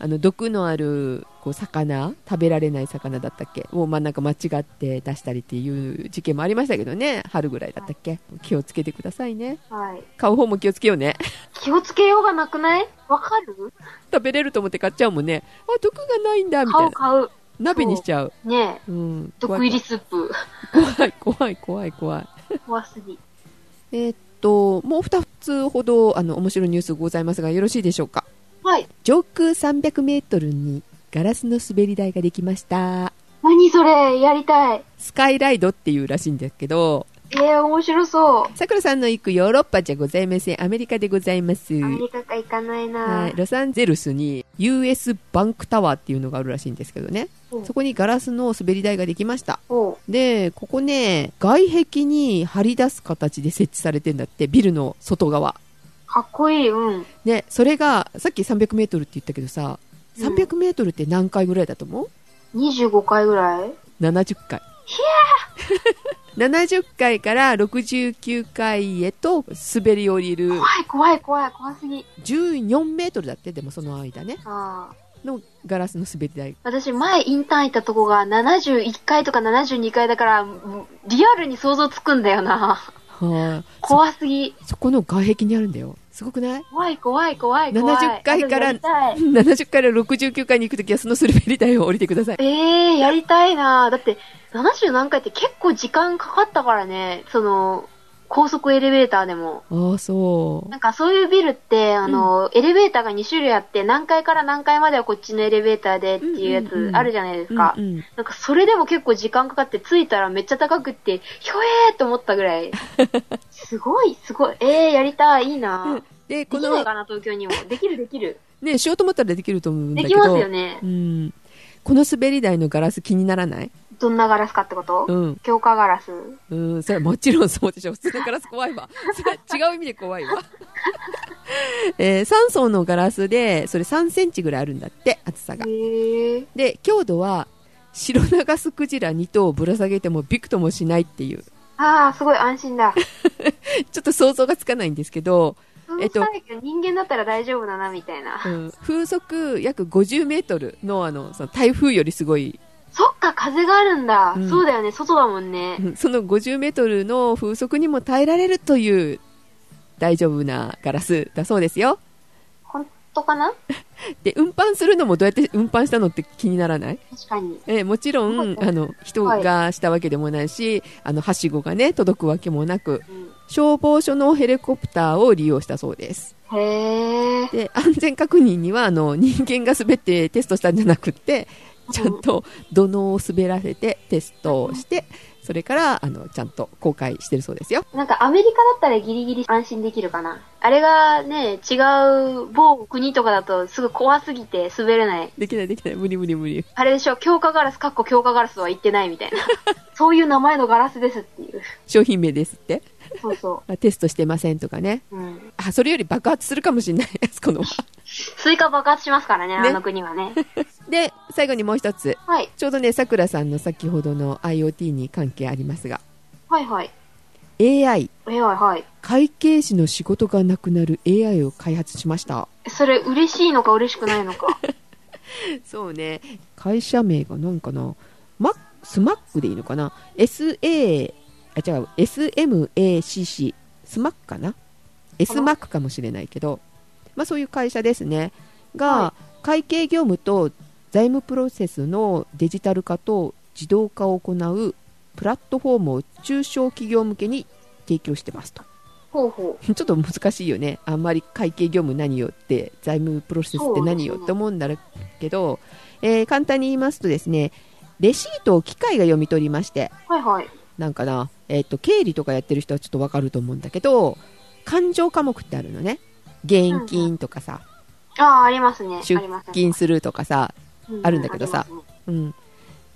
Speaker 1: あの毒のあるこう魚食べられない魚だったっけをまあなんか間違って出したりっていう事件もありましたけどね春ぐらいだったっけ気をつけてくださいね
Speaker 2: はい。
Speaker 1: 買う方も気をつけようね
Speaker 2: 気をつけようがなくないわかる
Speaker 1: 食べれると思って買っちゃうもんねあ毒がないんだみたい
Speaker 2: 買
Speaker 1: な
Speaker 2: う買う。
Speaker 1: 鍋にしちゃう、
Speaker 2: ねえ。
Speaker 1: うん、
Speaker 2: 毒入りスープ。
Speaker 1: 怖い怖い怖い怖い
Speaker 2: 怖すぎ。
Speaker 1: えーっともう2つほどあの面白いニュースございますがよろしいでしょうか
Speaker 2: はい。
Speaker 1: 上空3 0 0メートルにガラスの滑り台ができました
Speaker 2: 何それやりたい。
Speaker 1: スカイライドっていうらしいんですけど
Speaker 2: ええ面白そ
Speaker 1: さくらさんの行くヨーロッパじゃございませんアメリカでございます
Speaker 2: う。アメリカか行かないな、
Speaker 1: はい、ロサンゼルスに US バンクタワーっていうのがあるらしいんですけどね
Speaker 2: うん
Speaker 1: そこにガラスの滑り台ができました
Speaker 2: おう
Speaker 1: でここね外壁に張り出す形で設置されてんだってビルの外側
Speaker 2: かっこいい、うん。
Speaker 1: ね、それがさっき 300m って言ったけどさ
Speaker 2: うん
Speaker 1: 300m って何回ぐらいだと思う
Speaker 2: 25回ぐらい
Speaker 1: ?70 回。70回 から69回へと滑り降りる
Speaker 2: 怖い怖い怖い怖すぎ。
Speaker 1: 14メートルだってでもその間ね
Speaker 2: ああ。
Speaker 1: のガラスの滑り台
Speaker 2: 私前インターン行ったとこが71回とか72回だから、もうリアルに想像つくんだ よな。
Speaker 1: はあそ
Speaker 2: 怖すぎ。
Speaker 1: そこの外壁にあるんだよすごくない
Speaker 2: 怖い怖い怖い怖い。
Speaker 1: 70回から
Speaker 2: やりたい
Speaker 1: ?70 から69回に行くときはその滑り台を降りてください
Speaker 2: ええやりたいなだって、70何回って結構時間かかったからね、その、高速エレベーターでも。
Speaker 1: ああそ
Speaker 2: なんかそういうビルって、あの、エレベーターが2種類あって、何階から何階まではこっちのエレベーターでっていうや
Speaker 1: うんうんう
Speaker 2: つ
Speaker 1: ん
Speaker 2: あるじゃないで
Speaker 1: う、
Speaker 2: すか。
Speaker 1: うんうん
Speaker 2: なんかそれでも結構時間かかって、着いたらめっちゃ高くって、ひょえーと思ったぐらい。すごい、すごい。えー、やりたい、いいな
Speaker 1: で
Speaker 2: で
Speaker 1: こ
Speaker 2: きない
Speaker 1: の
Speaker 2: かな、東京にも。できる、できる。
Speaker 1: ねしようと思ったらできると思うんだ
Speaker 2: で
Speaker 1: け
Speaker 2: き
Speaker 1: ど
Speaker 2: ますよね
Speaker 1: う。ん、この滑り台のガラス気にならない
Speaker 2: どんなガラスかってこと、
Speaker 1: うん、
Speaker 2: 強化ガラス。
Speaker 1: うん、それはもちろんそうでしょ。普通のガラス怖いわ。 それは違う意味で怖いわ。 え3層のガラスで、それ3センチぐらいあるんだって、厚さが
Speaker 2: へ。ー。
Speaker 1: で、強度は、白長スクジラ2頭をぶら下げてもびくともしないっていう。
Speaker 2: ああ、すごい安心だ。
Speaker 1: ちょっと想像がつかないんですけど、 えっと
Speaker 2: そうしたいけど人間だったら大丈夫だな、みたいな。
Speaker 1: うん、風速約50メートルのあの、その台風よりすごい、
Speaker 2: そっか、風があるんだ。
Speaker 1: うん
Speaker 2: そうだよね、外だもんね。
Speaker 1: うん その50メートルの風速にも耐えられるという、大丈夫なガラスだそうですよ。
Speaker 2: 本当かな
Speaker 1: で、運搬するのもどうやって運搬したのって気にならない
Speaker 2: 確かに。
Speaker 1: えーもちろ、
Speaker 2: そうんです
Speaker 1: あの、人がしたわけでもないし、あの、はしごがね、届くわけもなく、
Speaker 2: うん
Speaker 1: 消防署のヘリコプターを利用したそうです。
Speaker 2: へえ。
Speaker 1: で、安全確認には、あの、人間が滑ってテストしたんじゃなくって、ちゃんと土のうを滑らせてテストをして、それから、あの、ちゃんと公開してるそうですよ。
Speaker 2: なんかアメリカだったらギリギリ安心できるかな。あれがね、違う某国とかだとすぐ怖すぎて滑れない。
Speaker 1: できないできない、無理無理無理。
Speaker 2: あれでしょ、強化ガラス、かっこ強化ガラスは言ってないみ たいな。そういう名前のガラスですっていう。
Speaker 1: 商品名ですって。
Speaker 2: そうそ
Speaker 1: あテストしてませんとかね。
Speaker 2: う。うん。
Speaker 1: あ、それより爆発するかもしれない、 あそこの。
Speaker 2: スイカ爆発しますからね、
Speaker 1: ね
Speaker 2: あの国 はね。
Speaker 1: で、最後にもう一つ。
Speaker 2: はい。
Speaker 1: ちょうどね、さくらさんの先ほどの IoT に関係ありますが、
Speaker 2: はいはい。
Speaker 1: AI、
Speaker 2: はいはいはい。
Speaker 1: 会計士の仕事がなくなる AI を開発しました。
Speaker 2: それ嬉しいのか嬉しくない のか。
Speaker 1: そうね。会社名がなんかな、マスマックでいいのかな ?SA、あ、違う、SMACC、スマックかな ?S マックかもしれないけど、まあ、そういう会社ですねが、
Speaker 2: は
Speaker 1: 会計業務と財務プロセスのデジタル化と自動化を行うプラットフォームを中小企業向けに提供してますと
Speaker 2: ほうほ
Speaker 1: ちょっと難しいよねあんまり会計業務何よって財務プロセスって何よ
Speaker 2: そうですね
Speaker 1: って思うんだけど、えー簡単に言いますとですねレシートを機械が読み取りまして
Speaker 2: う。はいはい。
Speaker 1: なんかな、えっと経理とかやってる人はちょっとわかると思うんだけど勘定科目ってあるのね現金とかさ、
Speaker 2: ああ、ありますね。
Speaker 1: 出
Speaker 2: ありますね
Speaker 1: 金するとかさ、
Speaker 2: う
Speaker 1: あるんだけどさ
Speaker 2: ありますね
Speaker 1: うん、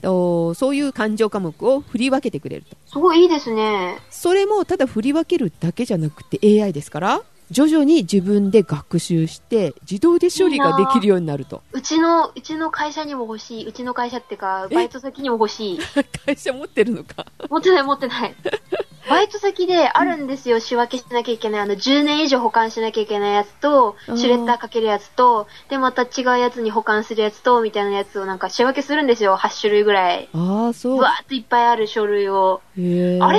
Speaker 1: とそういう勘定科目を振り分けてくれると
Speaker 2: すごいいいですね。
Speaker 1: それもただ振り分けるだけじゃなくて AI ですから徐々に自分で学習して自動で処理ができるようになると
Speaker 2: うちの、うちの会社にも欲しい。うちの会社っていうか、
Speaker 1: え
Speaker 2: バイト先にも欲しい。
Speaker 1: 会社持ってるのか
Speaker 2: 持ってない持ってない。バイト先であるんですよ、仕分けしなきゃいけない。あの、10年以上保管しなきゃいけないやつと、シ
Speaker 1: うん
Speaker 2: ュレッダーかけるやつと、で、また違うやつに保管するやつと、みたいなやつをなんか仕分けするんですよ、8種類ぐらい。
Speaker 1: ああ
Speaker 2: う
Speaker 1: そう
Speaker 2: わーっといっぱいある書類を。
Speaker 1: へえ
Speaker 2: あ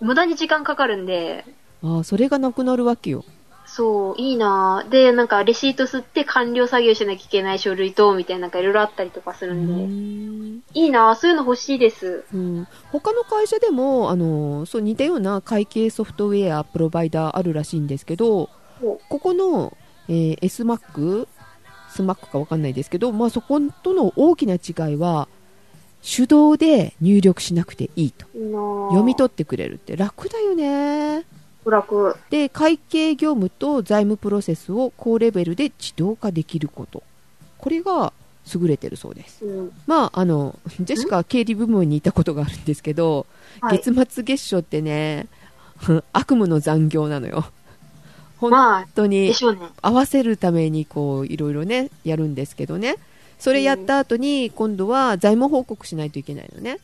Speaker 2: 無駄に時間かかるんで、
Speaker 1: あーそれがなくなるわけよ
Speaker 2: そう、いいなぁ。で、なんか、レシート吸って完了作業しなきゃいけない書類と、みたいな、なんかいろいろあったりとかす
Speaker 1: う
Speaker 2: るんで。
Speaker 1: ん
Speaker 2: いいなぁ、そういうの欲しいです。
Speaker 1: うん、他の会社でもあのそう似たような会計ソフトウェアプロバイダーあるらしいんですけど
Speaker 2: お
Speaker 1: ここの、えー SMAC スマックかわかんないですけど、まあ、そことの大きな違いは手動で入力しなくていいと
Speaker 2: いいなぁ。
Speaker 1: 読み取ってくれるって楽だよね
Speaker 2: 楽。
Speaker 1: で会計業務と財務プロセスを高レベルで自動化できることこれが優れてるそうです
Speaker 2: うん。
Speaker 1: まああのジェシカは経理部門にいたことがあるんですけど
Speaker 2: はい。
Speaker 1: 月末月初ってね 悪夢の残業なのよ本
Speaker 2: まあ、
Speaker 1: 当に
Speaker 2: でしょうね。
Speaker 1: 合わせるためにこういろいろねやるんですけどねそれやった後に今度は財務報告しないといけないのね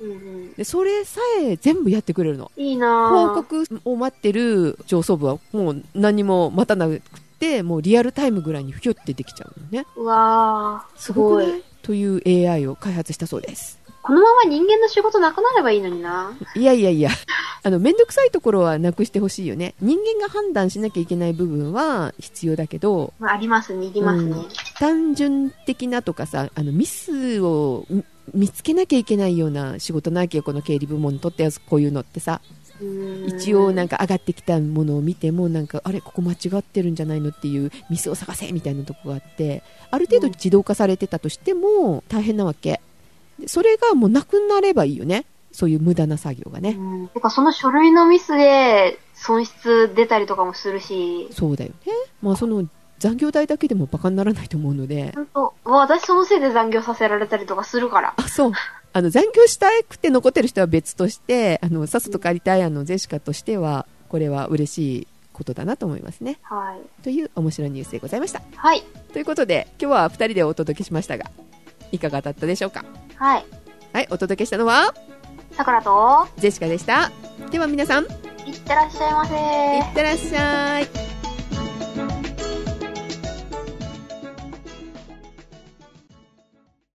Speaker 2: うんうん。
Speaker 1: でそれさえ全部やってくれるの
Speaker 2: いいなぁ。
Speaker 1: 報告を待ってる上層部はもう何も待たなくってもうリアルタイムぐらいにひょってできちゃうのね
Speaker 2: うわぁ、す
Speaker 1: すご
Speaker 2: ご
Speaker 1: く
Speaker 2: い。
Speaker 1: ないという AI を開発したそうです
Speaker 2: このまま人間の仕事なくなればいいのにな。
Speaker 1: いやいやい や、あの、めんどくさいところはなくしてほしいよね。人間が判断しなきゃいけない部分は必要だけど、
Speaker 2: まあ、ありますね、いりますね。
Speaker 1: うん単純的なとかさ、あの、ミスをみ見つけなきゃいけないような仕事なわけよ、この経理部門にとってはこういうのってさ、
Speaker 2: うん
Speaker 1: 一応なんか上がってきたものを見ても、なんか、あれ、ここ間違ってるんじゃないのっていうミスを探せみたいなとこがあって、ある程度自動化されてたとしても大変なわけ。でそれがもうなくなればいいよね。そういう無駄な作業がね。
Speaker 2: うん。てか、その書類のミスで、損失出たりとかもするし、
Speaker 1: そうだよね。まあその残業代だけでもバカにならないと思うので、
Speaker 2: 本当私そのせいで残業させられたりとかするから。
Speaker 1: あ、そう。あの残業したくて残ってる人は別として、あのさっさと帰りたいあのジェシカとしては、これは嬉しいことだなと思いますね。
Speaker 2: はい。
Speaker 1: という面白いニュースでございました。
Speaker 2: はい。
Speaker 1: ということで、今日は2人でお届けしましたが、いかがだったでしょうか。
Speaker 2: はい。
Speaker 1: はい、お届けしたのは
Speaker 2: さくらと、
Speaker 1: ジェシカでした。では皆さん、いっ
Speaker 2: いってらっしゃいませ
Speaker 1: てらっしゃい。